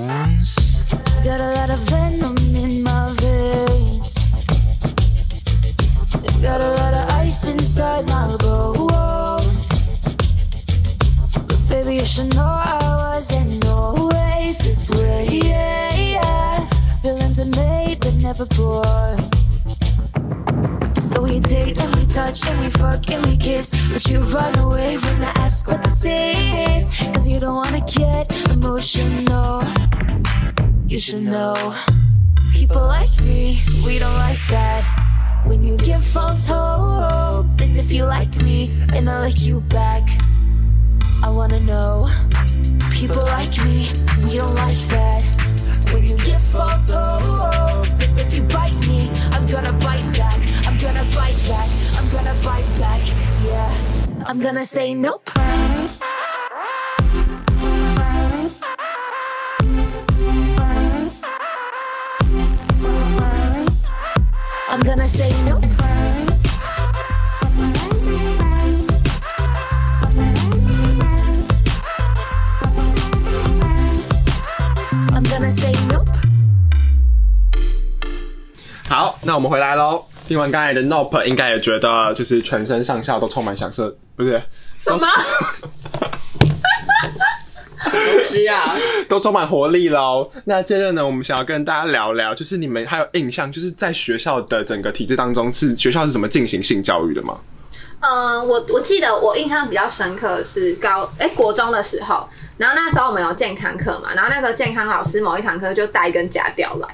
Got a lot of venom in my veins. Got a lot of ice inside my bones. But baby, you should know I wasn't always this way. Feelings are made but never born. So we date and we touch and we fuck and we kiss. But you run away when I ask what this is. Cause you don't wanna get emotional you should know. People like me, we don't like that. When you give false hope, and if you like me, and I like you back, I wanna know. People like me, we don't like that. When you give false hope, and if you bite me, I'm gonna bite back. I'm gonna bite back. I'm gonna bite back. Yeah, I'm gonna say no plans. Plans. Plans. gonna say no. I'm gonna say nope. 好，那我们回来喽。听完刚才的 Nope，应该也觉得就是全身上下都充满想色，不是？什么？是 [LAUGHS] 啊， [LAUGHS] 都充满活力喽。那接着呢，我们想要跟大家聊聊，就是你们还有印象，就是在学校的整个体制当中，是学校是怎么进行性教育的吗？嗯，我我记得我印象比较深刻的是高哎、国中的时候，然后那时候我们有健康课嘛，然后那时候健康老师某一堂课就带一根假屌来，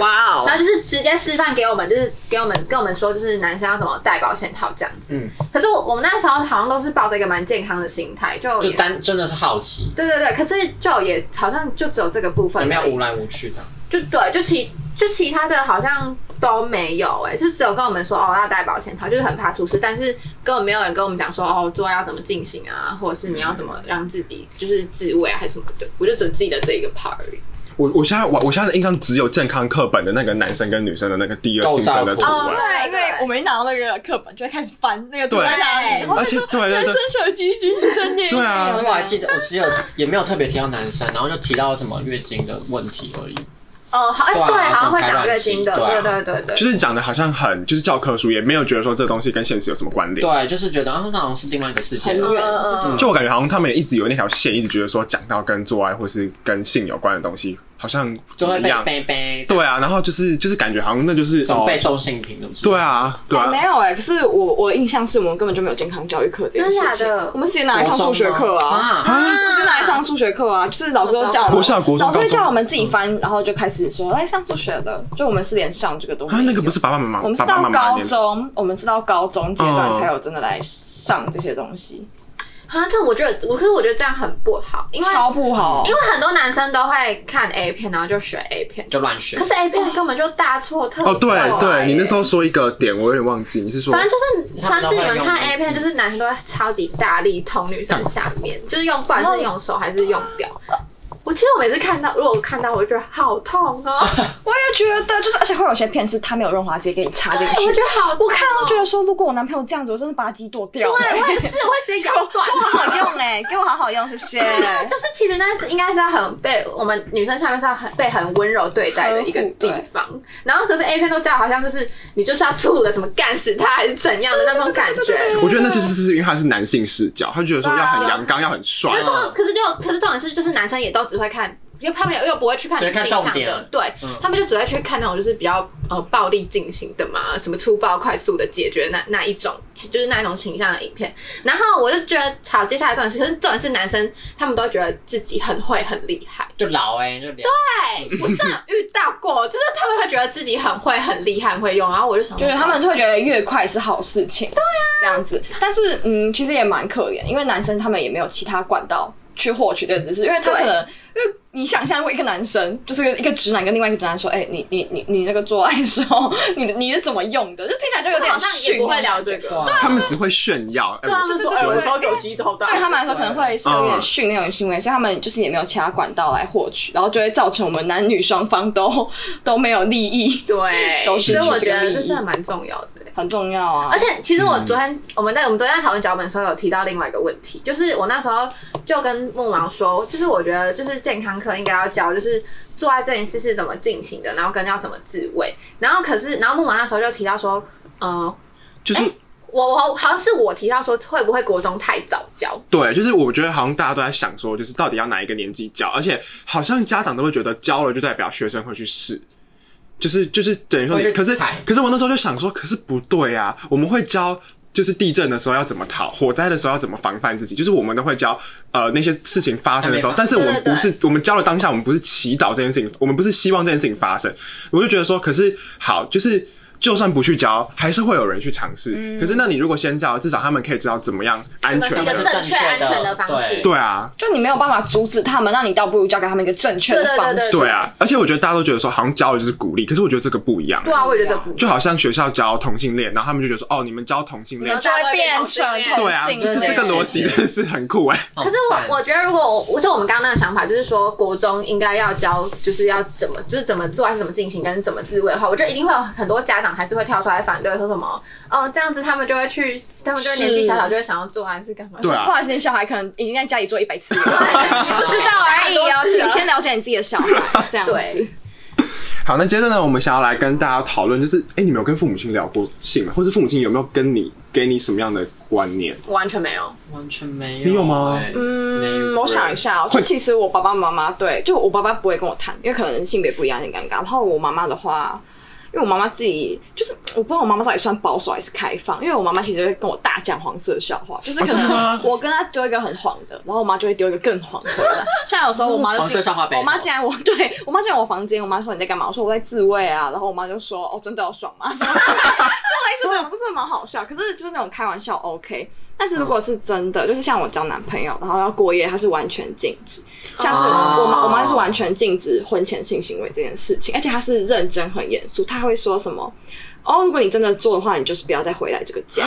哇哦然！后就是直接示范给我们，就是给我们跟我们说，就是男生要怎么戴保险套这样子。嗯可是我我们那时候好像都是抱着一个蛮健康的心态，就就也单真的是好奇，对对对，可是就也好像就只有这个部分也而已，没有无来无去这样。就对，就其就其他的好像都没有哎、就只有跟我们说哦要戴保险套，就是很怕出事，但是根本没有人跟我们讲说哦做爱要怎么进行啊，或者是你要怎么让自己就是自慰啊还是什么的，我就只记得这一个 part 而已。我我现在我我现在的印象只有健康课本的那个男生跟女生的那个第二性征的图哦案。对，因为对我没拿到那个课本，就会开始翻那个图对在哪里，然后而且对对男对生手机举女生念，对啊我还记得，我只有也没有特别提到男生，然后就提到什么月经的问题而已。哦，好哎、对啊对，好像会像排讲卵月期经的，对啊对对对对。就是讲的好像很就是教科书，也没有觉得说这东西跟现实有什么关联。对，就是觉得啊，那好像是另外一个世界很了。远嗯嗯是什么？就我感觉好像他们也一直有那条线，一直觉得说讲到跟做爱或是跟性有关的东西，好像怎就么会被样？背背，对啊，然后就是就是感觉好像那就是什么哦被，受性平的，对，啊，对哦没啊，有哎、可是我我印象是我们根本就没有健康教育课这件事真的情，假的我们直接拿来上数学课啊，啊，我们就拿来上数学课啊，就是老师都叫我国小国中老师会高中嗯叫我们自己翻，然后就开始说来上数学的，就我们是连上这个东西，啊，那个不是爸爸妈妈，我们是爸爸到妈妈高的年中，我们是到高中阶段哦才有真的来上这些东西，啊，但我觉得，我可是我觉得这样很不好，因为嗯超不好因。为很多男生都会看 A 片，然后就学 A 片，就乱选可。是 A 片根本就大错特错、哦，对哎对，你那时候说一个点，我有点忘记，你是说反正就是，他上们都次会你们看用嗯 A 片，就是男生都会超级大力捅女生下面，就是用不管是用手还是用屌。我其实我每次看到，如果我看到，我就觉得好痛 [LAUGHS] 哦，我也觉得，就是而且会有些片是他没有润滑剂给你插进去，我觉得好痛哦，我看到觉得说，如果我男朋友这样子，我真的把他鸡剁掉了。对，我也是，我会直接咬断。好好用哎、给我好好用，谢谢。就是其实那是应该是要很被我们女生下面是要很被很温柔对待的一个地方，然后可是 A 片都叫好像就是你就是要处了什么干死他还是怎样的那种感觉，我觉得那其实是因为他是男性视角，他就觉得说啊要很阳刚，要很帅可。是重，可是就可是重点是，就是男生也都只会看，因为他们又又不会去看只会看平常重点的，对、嗯他们就只会去看那种就是比较呃暴力进行的嘛，什么粗暴快速的解决那那一种，其就是那一种倾向的影片。然后我就觉得，好，接下来重点是，可是重点是男生他们都觉得自己很会很厉害，就老哎、就聊哎，我真的遇到过，就是他们会觉得自己很会很厉害很会用，然后我就想说，就是他们就会觉得越快是好事情，对啊，这样子。但是嗯，其实也蛮可怜，因为男生他们也没有其他管道去获取这个知识，因为他可能因为你想象过一个男生，就是一个直男跟另外一个直男说，哎、你你你你那个做爱的时候，你的你是怎么用的？就听起来就有他们点好像也逊哦不会聊这个，对他啊，们只会炫耀，哎对啊他们说，哎，我说有鸡头大，对他们来说可能会是有点训那种行为，所以他们就是也没有其他管道来获取，然后就会造成我们男女双方都 [LAUGHS] 都没有利益，对，都是所以我这觉个得利这益真的蛮重要的。很重要啊。而且其实我昨天、我们在我们昨天在讨论脚本的时候有提到另外一个问题，就是我那时候就跟木毛说，就是我觉得就是健康课应该要教，就是做爱这件事是怎么进行的，然后跟要怎么自慰。然后可是然后木毛那时候就提到说，呃，就是我我好像是我提到说会不会国中太早教？对，就是我觉得好像大家都在想说，就是到底要哪一个年纪教，而且好像家长都会觉得教了就代表学生会去试，就是就是等于说你，会去可是踩可是我那时候就想说，可是不对啊，我们会教。就是地震的时候要怎么逃，火灾的时候要怎么防范自己，就是我们都会教呃那些事情发生的时候，还但是我们对对不是我们教了当下，我们不是祈祷这件事情，我们不是希望这件事情发生，我就觉得说，可是好，就是就算不去教，还是会有人去尝试。嗯可是那你如果先教，至少他们可以知道怎么样安全是一的个正确安全的的方式对啊，就你没有办法阻止他们，那你倒不如教给他们一个正确的方对式。对啊，而且我觉得大家都觉得说好像教的就是鼓励，可是我觉得这个不一样。对啊，我也觉得不。就好像学校教同性恋，然后他们就觉得说哦，你们教同性你恋们，就会变成对啊，同性就是这个恋逻辑真的是很酷哎、可可是我我觉得，如果我我就我们刚刚那个想法，就是说国中应该要教，就是要怎么，就是怎么做爱是怎么进行跟怎么自慰的话，我觉得一定会有很多家长还是会跳出来反对，说什么哦这样子他们就会去，他们就会年纪小小就会想要做爱是干嘛？对不啊，好意思，你小孩可能已经在家里做一百 [LAUGHS] 次了，你不知道而已哦，请先了解你自己的小孩，这样子。对，好，那接着呢，我们想要来跟大家讨论，就是哎、诶你们有跟父母亲聊过性吗？或是父母亲有没有跟你给你什么样的观念？完全没有。完全没有、你有吗哎嗯，我想一下哦，就会其实我爸爸妈妈对，就我爸爸不会跟我谈，因为可能性别不一样很尴尬。然后我妈妈的话，因为我妈妈自己就是我不知道我妈妈到底算保守还是开放，因为我妈妈其实会跟我大讲黄色笑话，就是可能我跟她丢一个很黄的，然后我妈就会丢一个更黄的回来。 [LAUGHS] 像有时候我妈就黄色笑话杯我妈进来我 [LAUGHS] 对我妈进来我房间，我妈说你在干嘛？我说我在自慰啊，然后我妈就说哦真的要爽 [LAUGHS] 吗？就类似这种，不是蛮好笑，可是就是那种开玩笑 OK。但是如果是真的，就是像我交男朋友，然后要过夜，他是完全禁止。像是我哦妈，我妈是完全禁止婚前性行为这件事情，而且她是认真很严肃，她会说什么？哦，如果你真的做的话，你就是不要再回来这个 [GASPS] 家。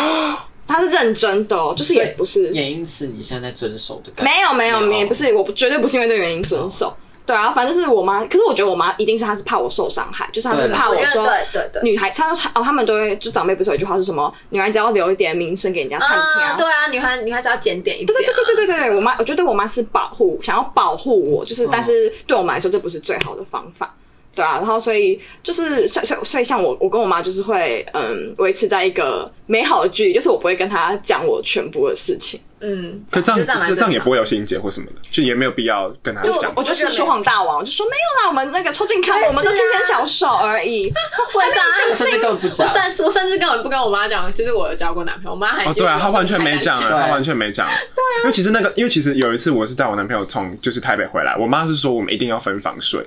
她是认真的哦，就是也不是也因此你现在在遵守的感觉没有没有没有哦没有，不是，我不绝对不是因为这个原因遵守。对啊，反正就是我妈，可是我觉得我妈一定是她是怕我受伤害，就是她是对啦啊怕我说我觉得对啊对对女孩，她说哦，他们都会就长辈不是有一句话是什么，女孩子要留一点名声给人家探听啊，对啊，女孩女孩子要检点一点对对啊。对对对对对，我妈，我觉得我妈是保护，想要保护我，哦就是，但是对我们来说，这不是最好的方法，对啊。然后所以就是，所以所以所以像我，我跟我妈就是会，嗯，维持在一个美好的距离，就是我不会跟她讲我全部的事情。嗯，可这就样蛮这这样也正常不会有心结或什么的，就也没有必要跟他就讲。我就是说谎大王，我就说没有啦，我们那个抽健康，我也是啊我们都牵牵小手 [LAUGHS] 而已。我也是啊，甚至根本不知我道。甚至我甚至根本不跟我妈讲，就是我有交过男朋友，我妈还哦，对啊，他完全没讲啊，对他完全没讲。对啊，因为其实那个，因为其实有一次我是带我男朋友从就是台北回来，我妈是说我们一定要分房睡。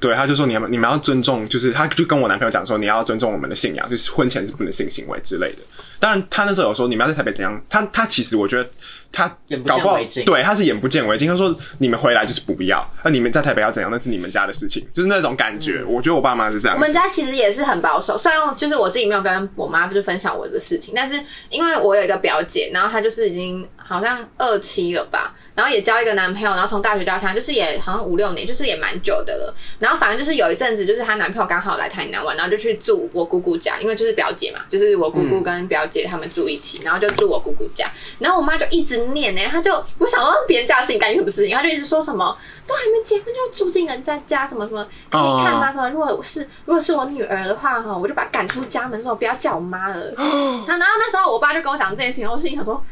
对，她就说你们你们要尊重，就是她就跟我男朋友讲说你要尊重我们的信仰，就是婚前是不能性行为之类的。当然，她那时候有说你们要在台北怎样，她她其实我觉得她眼不见搞不好为净对她是眼不见为净，她说你们回来就是不要，那你们在台北要怎样那是你们家的事情，就是那种感嗯觉。我觉得我爸妈是这样我子，们家其实也是很保守，虽然就是我自己没有跟我妈就分享我的事情，但是因为我有一个表姐，然后她就是已经好像二期了吧，然后也交一个男朋友，然后从大学交到现在，就是也好像五六年，就是也蛮久的了。然后反正就是有一阵子，就是她男朋友刚好来台南玩，然后就去住我姑姑家，因为就是表姐嘛，就是我姑姑跟表姐他们住一起，然后就住我姑姑家。然后我妈就一直念呢、欸她就我想说别人家的事情干你什么事情，她就一直说什么都还没结婚就住进人家家什么什么，可以看吗？什么如果是如果是我女儿的话哈，我就把她赶出家门，说不要叫我妈了。然后然后那时候我爸就跟我讲这件事情，我心里想说。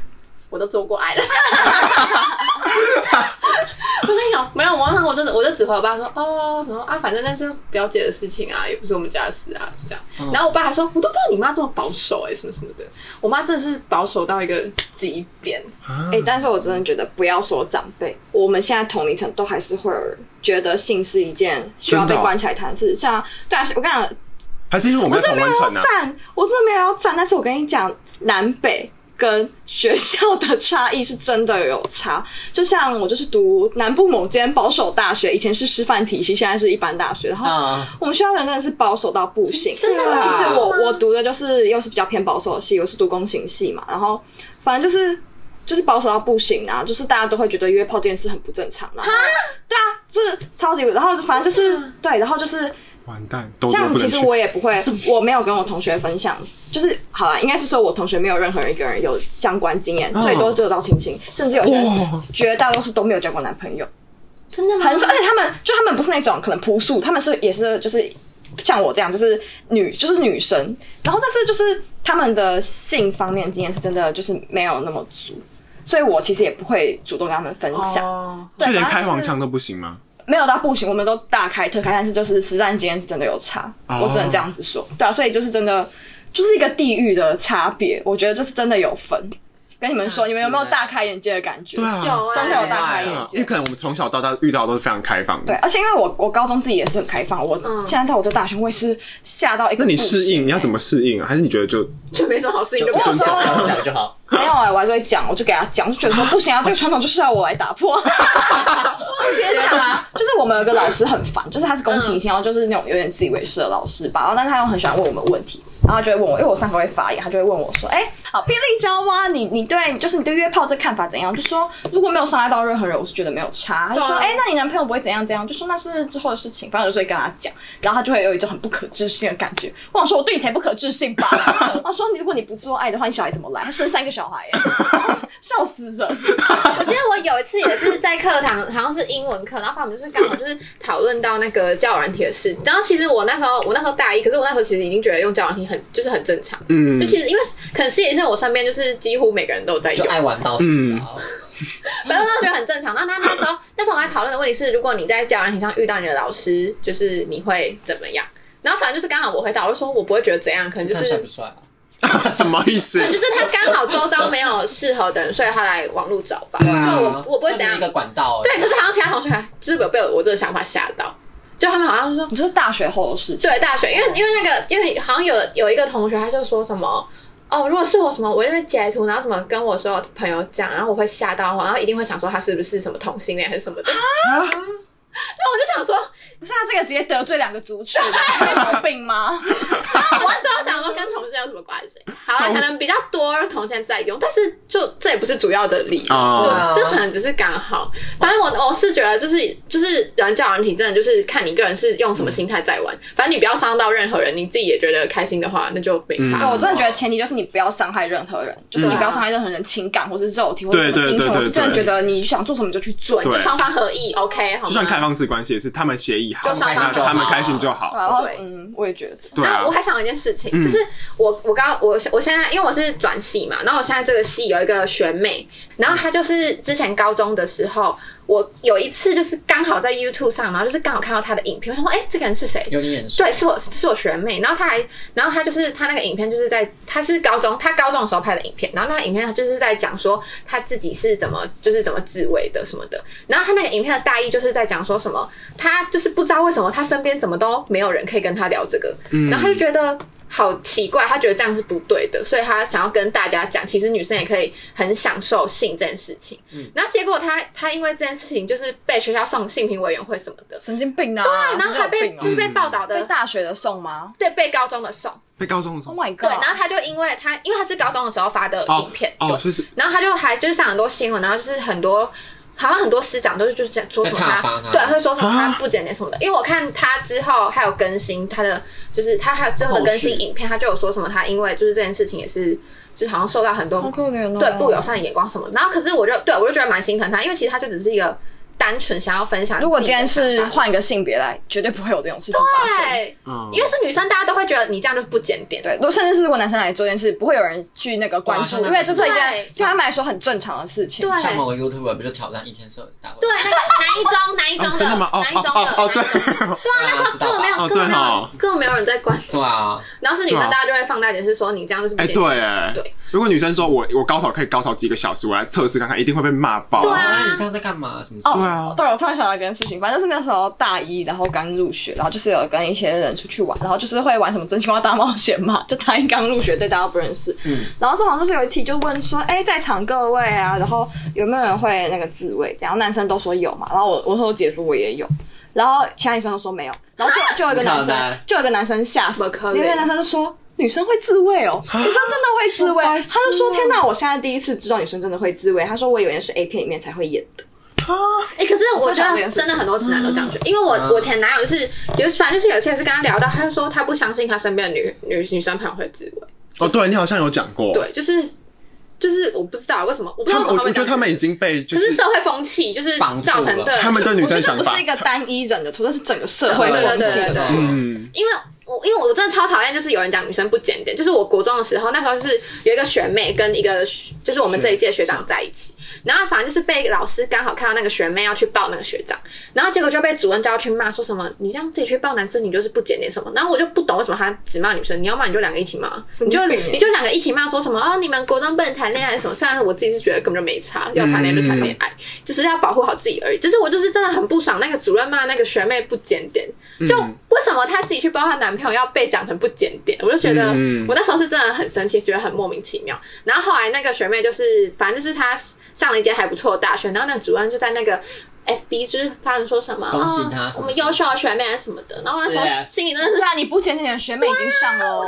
我都做过爱了，我心里想没有，我那时候我就我就只回我爸说哦什么啊，反正那是表姐的事情啊，也不是我们家的事啊，就这样。然后我爸还说，我都不知道你妈这么保守哎、什么什么的。我妈真的是保守到一个极点，哎、但是我真的觉得不要说长辈，我们现在同龄层都还是会有人觉得性是一件需要真被的哦关起来谈的事。像对啊，是我跟你讲，还是因为我我们在真同的没温有层啊。要站，我真的没有要站。但是我跟你讲，南北跟学校的差异是真的有差。 [LAUGHS] 就像我就是读南部某间保守大学，以前是师范体系，现在是一般大学，然后。啊，我们学校的人真的是保守到不行。真的吗其实我我读的就是又是比较偏保守的系，我是读工行系嘛，然后反正就是。就是保守到不行啊！就是大家都会觉得约炮这件事很不正常，然后对啊，就是超级，然后反正就是对，然后就是完蛋，都都像不其能实去。我也不会，我没有跟我同学分享，就是好啦，应该是说我同学没有任何一个人有相关经验，最多只有到亲亲，甚至有些人哇绝大多数都没有交过男朋友。真的吗？很少，而且他们就他们不是那种可能朴素，他们是也是就是像我这样，就是女就是女生，然后但是就是他们的性方面经验是真的就是没有那么足，所以我其实也不会主动跟他们分享，哦，对就连反正开黄是腔都不行吗？没有到不行，我们都大开特开，但是就是实战经验是真的有差，哦我只能这样子说，对啊，所以就是真的就是一个地域的差别，我觉得就是真的有分，跟你们说，吓死你们有没有人大开眼界的感觉？对啊，有啊，真的有大开对啊眼，因界为。可能我们从小到大遇到都是非常开放的。对，，而且因为我我高中自己也是很开放，我现在到我这大学我也是吓到一个那不行。你适应，你要怎么适应啊？还是你觉得就 [LAUGHS] 就没什么好事情，就就不就要尊说重了。讲讲就好。没有哎、我还是会讲，我就给他讲，我就觉得说 [LAUGHS] 不行啊，这个传统就是要我来打破。天哪！ [LAUGHS] 就是我们有一个老师很烦，就是他是公行性，然后就是那种有点自以为是的老师吧，然后但是他又很喜欢问我们问题，然后他就会问我，因为我上课会发言，他就会问我说，哎、好，霹雳娇妈，你你对就是你对约炮这看法怎样？就说如果没有伤害到任何人，我是觉得没有差。他就说，对啊哎、那你男朋友不会怎样怎样？就说那是之后的事情，反正我就会跟他讲，然后他就会有一种很不可置信的感 [LAUGHS] 觉。我想说，我对你才不可置信吧？我说，如果你不做爱的话，你小孩怎么来？他生三个小孩耶，笑死人。我记得我有一次也是在课堂，好像是英文课，然后反正我们就是刚好就是讨论到那个教软体的事情。然后其实我那时候我那时候大一，可是我那时候其实已经觉得用教软体很就是很正常，嗯就其实因为可能实习生我身边就是几乎每个人都有在就用，爱玩到死啊！嗯反正我那时候觉得很正常。那那那时候那时候我们在讨论的问题是，如果你在教软体上遇到你的老师，就是你会怎么样？然后反正就是刚好我回答我就说我不会觉得怎样，可能就看帅是不帅啊？什么意思？就是他刚好周遭没有适合的人，所以他来网络找吧。啊啊就我我不会这怎是样一。个管道而欸对，已。可是好像其他同学还就是有被我这个想法吓到，就他们好像是说，你这是大学后的事情。对大学，因为因为那个因为好像有有一个同学他就说什么。哦，如果是我什么，我就会截图，然后什么跟我所有朋友讲，然后我会吓到，然后一定会想说他是不是什么同性恋还是什 [LAUGHS] 么的。啊然后我就想说，不是他这个直接得罪两个族群，你有 [LAUGHS] 病吗？我那时候想说跟同性恋有什么关系？好了，可能比较多同性恋在用，但是就这也不是主要的理由，哦就就可能只是刚好。反正我我是觉得就是就是软教软体真的就是看你个人是用什嗯么心态在玩，反正你不要伤到任何人，你自己也觉得开心的话，那就没嗯差。我真的觉得前提就是你不要伤害任何人，就是你不要伤害任何人情感或是肉体或者什对对么金对钱。我对是真的对觉得你想做什么就去做。对双方合意，OK，好就吗？算开放式关系也是他们协议好，就双那方他们就好开心就好。然后对嗯，我也觉得对然啊后我，还想到一件事情，嗯就是我我刚我我现在因为我是转系嘛，然后我现在这个系有一个学妹，然后她就是之前高中的时候，我有一次就是刚好在 YouTube 上，然后就是刚好看到她的影片，我想说，哎、这个人是谁？有点眼熟。对，是我是我学妹，然后她还，然后她就是她那个影片就是在，她是高中，她高中的时候拍的影片，然后那个影片她就是在讲说她自己是怎么就是怎么自慰的什么的，然后她那个影片的大意就是在讲说什么，她就是不知道为什么她身边怎么都没有人可以跟她聊这个，然后她就觉得。好奇怪，她觉得这样是不对的，所以她想要跟大家讲，其实女生也可以很享受性这件事情。然后结果她她因为这件事情就是被学校送性评委员会什么的，神经病啊！对啊然后还被就是被报道被的大学的送吗对被高中的送，被高中的时候？Oh my 对，哦 god！然后他就因为他因为他是高中的时候发的哦影片，哦，对，所以是然后他就还就是上很多新闻，然后就是很多。好像很多师长都是就是说什么在他挞伐他对会说什么他啊不检点什么的，因为我看他之后还有更新他的，就是他还有之后的更新后续影片，他就有说什么他因为就是这件事情也是就是好像受到很多好可怜哦。对不友善的眼光什么的，然后可是我就对我就觉得蛮心疼他，因为其实他就只是一个单纯想要分享。如果今天是换一个性别来，绝对不会有这种事情发生。对，嗯因为是女生，大家都会觉得你这样就是不检点。对，如果甚至是如果男生来做这件事，不会有人去那个关注，对啊因为这是一件对对他们来说很正常的事情。对啊像某个 YouTuber 不就挑战一天射打对对，那个南一中，南一中啊真的吗？哦南一哦中的，哦哦，南一中 [LAUGHS] 对，啊，那 [LAUGHS] 根本没有，根本没哦对哦有，根本没有人在关注对。啊，然后是女对啊生，大家就会放大解释说你这样就是不哎检点。对哎对，如果女生说我我高潮可以高潮几个小时，我来测试看看，一定会被骂爆。对啊哦哎，你这样在干嘛？什么？对啊，对，我突然想到一件事情，反正是那时候大一，然后刚入学，然后就是有跟一些人出去玩，然后就是会玩什么真心话大冒险嘛，就大一刚入学，对大家不认识。嗯。然后这好像就是有一题就问说，哎、在场各位啊，然后有没有人会那个自慰？这样男生都说有嘛，然后我我说我姐夫我也有，然后其他女生都说没有，然后就就有一个男不生可能，就有一个男生吓死不，可能有一个男生就说。女生会自慰 [LAUGHS] 哦，女生真的会自慰。哦他就说：“天哪，我现在第一次知道女生真的会自慰。”他说：“我以为是 A 片里面才会演的。哎，可是我觉我在想这件得事情真的很多直男都这样觉得，因为我嗯我前男友就是，有反正就是有一次也是跟他聊到，他就说他不相信他身边的女女女生朋友会自慰。哦，对你好像有讲过，对，就是就是我不知道为什么，我不知道他为们什我么我觉得他们已经被就可是社会风气就是绑住造成了的，他们对女生的这想不法是一，个单一人的错，这是整个社会对风对气对的对错对。嗯，因为我因为我真的超讨厌，就是有人讲女生不检点。就是我国中的时候，那时候就是有一个学妹跟一个学就是我们这一届学长在一起，然后反正就是被老师刚好看到那个学妹要去抱那个学长，然后结果就被主任叫去骂，说什么你这样自己去抱男生，你就是不检点什么。然后我就不懂为什么他只骂女生，你要骂你就两个一起骂，你就神经病欸你就两个一起骂，说什么哦你们国中不能谈恋爱什么。虽然我自己是觉得根本就没差，要谈恋爱就谈恋嗯爱，只是要保护好自己而已。只是我就是真的很不爽那个主任骂那个学妹不检点，嗯就为什么她自己去包她男朋友要被讲成不检点，我就觉得嗯我那时候是真的很生气，觉得很莫名其妙。然后后来那个学妹就是，反正就是她。上了一间还不错的大学，然后那主任就在那个。FB 就是他们说什么，恭喜哦他什我么们优秀的学妹什么的，然后那时候对啊心里真的对是啊，你不检点的学妹已经上了哦。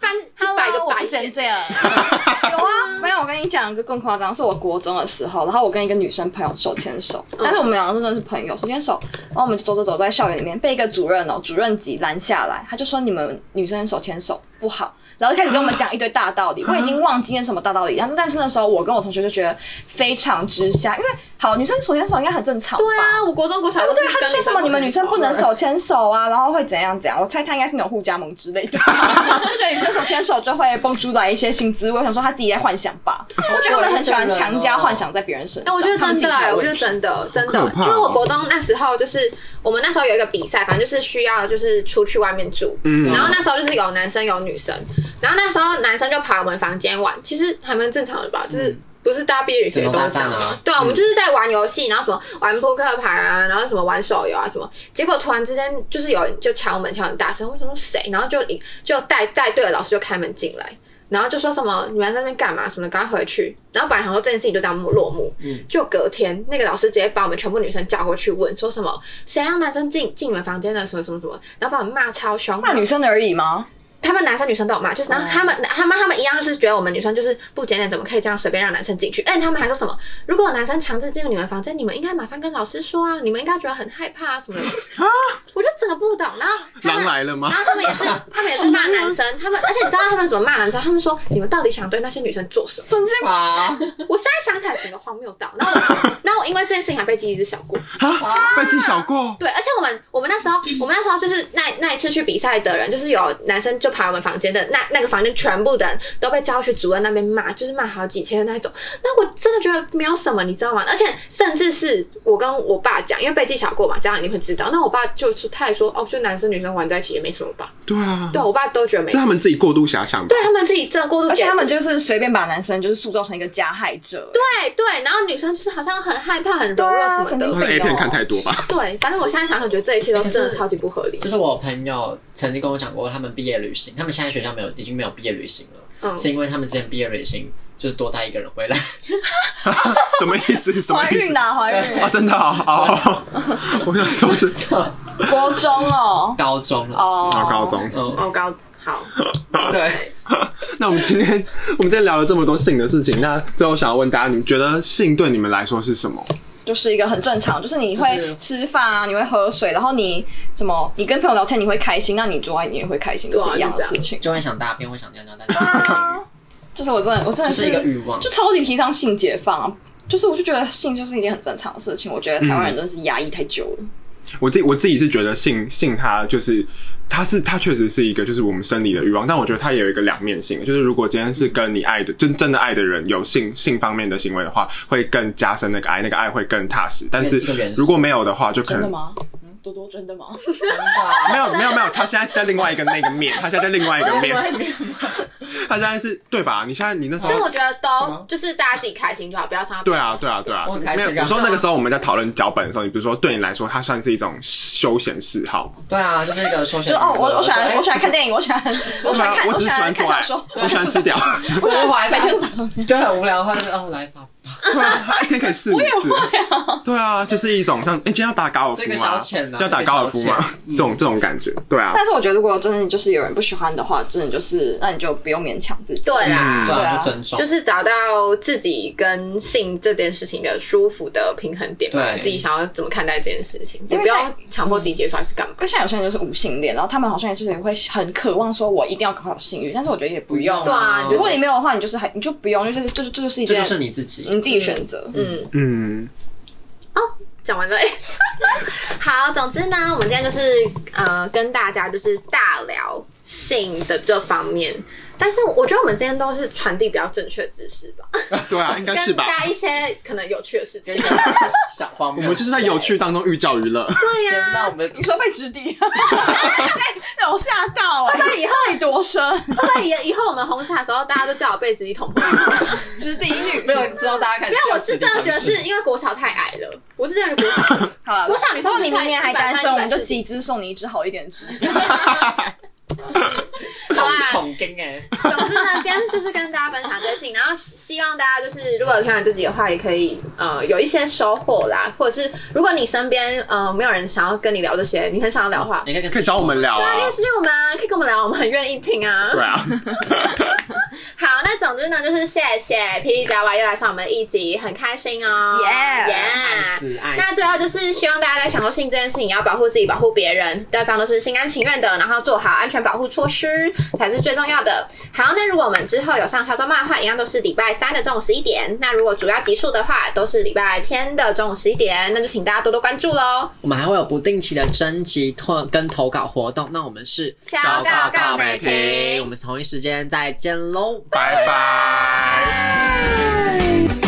翻一百个啊我白不眼检。点。 [LAUGHS] 有啊，没有。我跟你讲一个更夸张，是我国中的时候，然后我跟一个女生朋友手牵手，但是我们两个真的是朋友，手牵手，然后我们就走走走在校园里面，被一个主任哦，主任级拦下来，他就说你们女生手牵手不好。然后就开始跟我们讲一堆大道理，我已经忘记那什么大道理。然后，但是那时候我跟我同学就觉得非常之下，因为好女生手牵手应该很正常吧？对啊，我国中国小哦对都不是对？他跟说什么你们女生不能手牵手啊，然后会怎样怎样？我猜他应该是那种互加盟之类的，就觉得女生手牵手就会蹦出来一些新滋味。我想说他自己在幻想吧，我觉得他们很喜欢强加幻想在别人身哎、上。我觉得他们真自的、己才哎，有我问觉得题真的，真的好可，怕哦因为我国中那时候就是我们那时候有一个比赛，反正就是需要就是出去外面住，嗯然后那时候就是有男生有女生，然后那时候男生就跑我们房间玩，其实还蛮正常的吧，就是不是大家毕业旅行也都是这样电动大战啊对啊，我们就是在玩游戏，然后什么玩扑克牌啊，然后什么玩手游啊什么，结果突然之间就是有人就敲门敲很大声，我想说谁，然后就一就带带队的老师就开门进来。然后就说什么你们在那边干嘛什么的，赶快回去。然后本来想说这件事情就这样落幕，就隔天那个老师直接把我们全部女生叫过去问，说什么谁让男生进进你们房间的什么什么什么，然后把我们骂超凶，骂女生而已吗？他们男生女生都有骂，就是然后他哦们、他们他们一样就是觉得我们女生就是不检点，怎么可以这样随便让男生进去？哎，他们还说什么如果有男生强制进入你们房间，你们应该马上跟老师说啊，你们应该觉得很害怕啊什么 [LAUGHS] 的。我就整个不懂，然后他狼们来了吗然？后他们也是，他们也是骂男生，他们而且你知道他们怎么骂男生？他们说你们到底想对那些女生做什么？神经病！啊哇，我现在想起来整个荒谬到，然后我然后我因为这件事情还被记一只小过。啊，被记小过，对，而且我们我们那时候我们那时候就是那那一次去比赛的人，就是有男生就跑我们房间的那那个房间，全部的人都被叫去主任那边骂，就是骂好几千的那种。那我真的觉得没有什么，你知道吗？而且甚至是我跟我爸讲，因为被记小过嘛，这样你会知道。那我爸就是他也说哦，就男生女生玩在一起也没什么吧？对啊，对我爸都觉得没这什么是他。们自己过度遐想吧对。他们自己真的过度而且解读，他们就是随便把男生就是塑造成一个加害者。对对，然后女生就是好像很害怕、很柔弱对啊什么神的经。他们 A 片看太多吧？ [LAUGHS] 对，反正我现在想想，觉得这一切都真可的是超级不合理就。是我朋友曾经跟我讲过，他们毕业旅行，他们现在学校没有，已经没有毕业旅行了，嗯是因为他们之前毕业旅行就是多带一个人回来，什么意思？什么怀意孕思？啦，怀孕！啊，真的啊 [LAUGHS] 哦，我想说是国中哦，高中了。哦，啊，高中。嗯，哦，高好，对，那我们今天我们今天聊了这么多性的事情，那最后想要问大家，你们觉得性对你们来说是什么？就是一个很正常，就是你会是吃饭啊，你会喝水，然后你什么，你跟朋友聊天你会开心，那你做爱你也会开心，对都啊是一样的事情。就会想大便，会想尿尿，但是不行就是我真的，我真的就是一个欲望就超级提倡性解放啊。就是我就觉得性就是一件很正常的事情，我觉得台湾人真的是压抑太久了。我自己我自己是觉得性性它就是它是它确实是一个就是我们生理的欲望，但我觉得它也有一个两面性，就是如果今天是跟你爱的真真的爱的人有性性方面的行为的话，会更加深那个爱，那个爱会更踏实。但是一个元素如果没有的话，就可真的能吗？嗯，多多真的吗？真的没有没有没有，他现在是在另外一个那个面，他现在在另外一个面，他现在是对吧？你现在你那时候但我觉得什都么就是大家自己开心就好，不要伤到别对人。啊，对啊，对啊，我很开没有。心啊我说那个时候我们在讨论脚本的时候，你比如说对你来说，它算是一种休闲嗜好。对啊，就是一个休闲 [LAUGHS] 就娱乐。哦，我我喜说欢哎我喜欢看电影，我喜欢我喜欢看，啊我只喜是喜欢欢看做小爱说，，我喜欢吃屌，我会滑一下每天都打手枪就很无聊的话，就哦来吧， [LAUGHS] 对啊，他一天可以四五次。对啊，就是一种像哎，今天要打高尔夫这个吗消遣啊？要打高尔夫这个吗消遣？ [LAUGHS] 这种这种感觉，对啊。但是我觉得，如果真的就是有人不喜欢的话，真的就是那你就不用勉强自己。对啦，对对啊啊，就尊重就。是找到自己跟性这件事情的舒服的平衡点吧，对自己想要怎么看待这件事情，也因为不要像嗯强迫自己接受还是干嘛因。为像有些人就是无性恋，然后他们好像也是也会很渴望说，我一定要赶快有性欲，但是我觉得也不用不对啊。用啊，如果你没有的话，你就是还你就不用，就是这这这就是一这件就是你自己，你自己选择。嗯嗯，讲完了，哎 [LAUGHS] 好，总之呢，我们今天就是呃跟大家就是大聊性的这方面，但是我觉得我们今天都是传递比较正确的知识吧，对啊，应该是跟吧。大家一些可能有趣的事情。 [LAUGHS] 小荒我谬。们就是在有趣当中寓教于乐。对呀、那我们你说被直抵， [LAUGHS] 哎那我吓到哎、那以后太多深，会不会以以后我们红茶的时候，大家都叫我被子一桶破？直抵女。没有知道大家看，没但我是真的觉得是因为国小太矮了，我是真的觉得国 [LAUGHS] 小。好了，我想你说如果你你才明年还单身， 130我们就集资送你一只好一点的直抵。好好啦恐惊哎，总之呢，今天就是跟大家分享这些事情，然后希望大家就是如果听完这集的话，也可以呃有一些收获啦，或者是如果你身边呃没有人想要跟你聊这些，你很想要聊的话，你可以跟 [LAUGHS] 可以找我们聊啊大家。可以私信我们啊，可以跟我们聊，我们很愿意听啊。对啊，好，那总之呢，就是谢谢霹雳娃娃又来上我们的一集，很开心哦， Yeah 爱 yeah 死爱死。那最后就是希望大家在享受性这件事情，要保护自己、保护别人，对方都是心甘情愿的，然后做好安全保护措施才是最重要的。好，那如果我们之后有上小周漫的话，一样都是礼拜三的中午十一点。那如果主要集数的话，都是礼拜天的中午十一点，那就请大家多多关注喽。我们还会有不定期的征集或跟投稿活动，那我们是小告告美婷我们同一时间再见喽，拜拜。拜。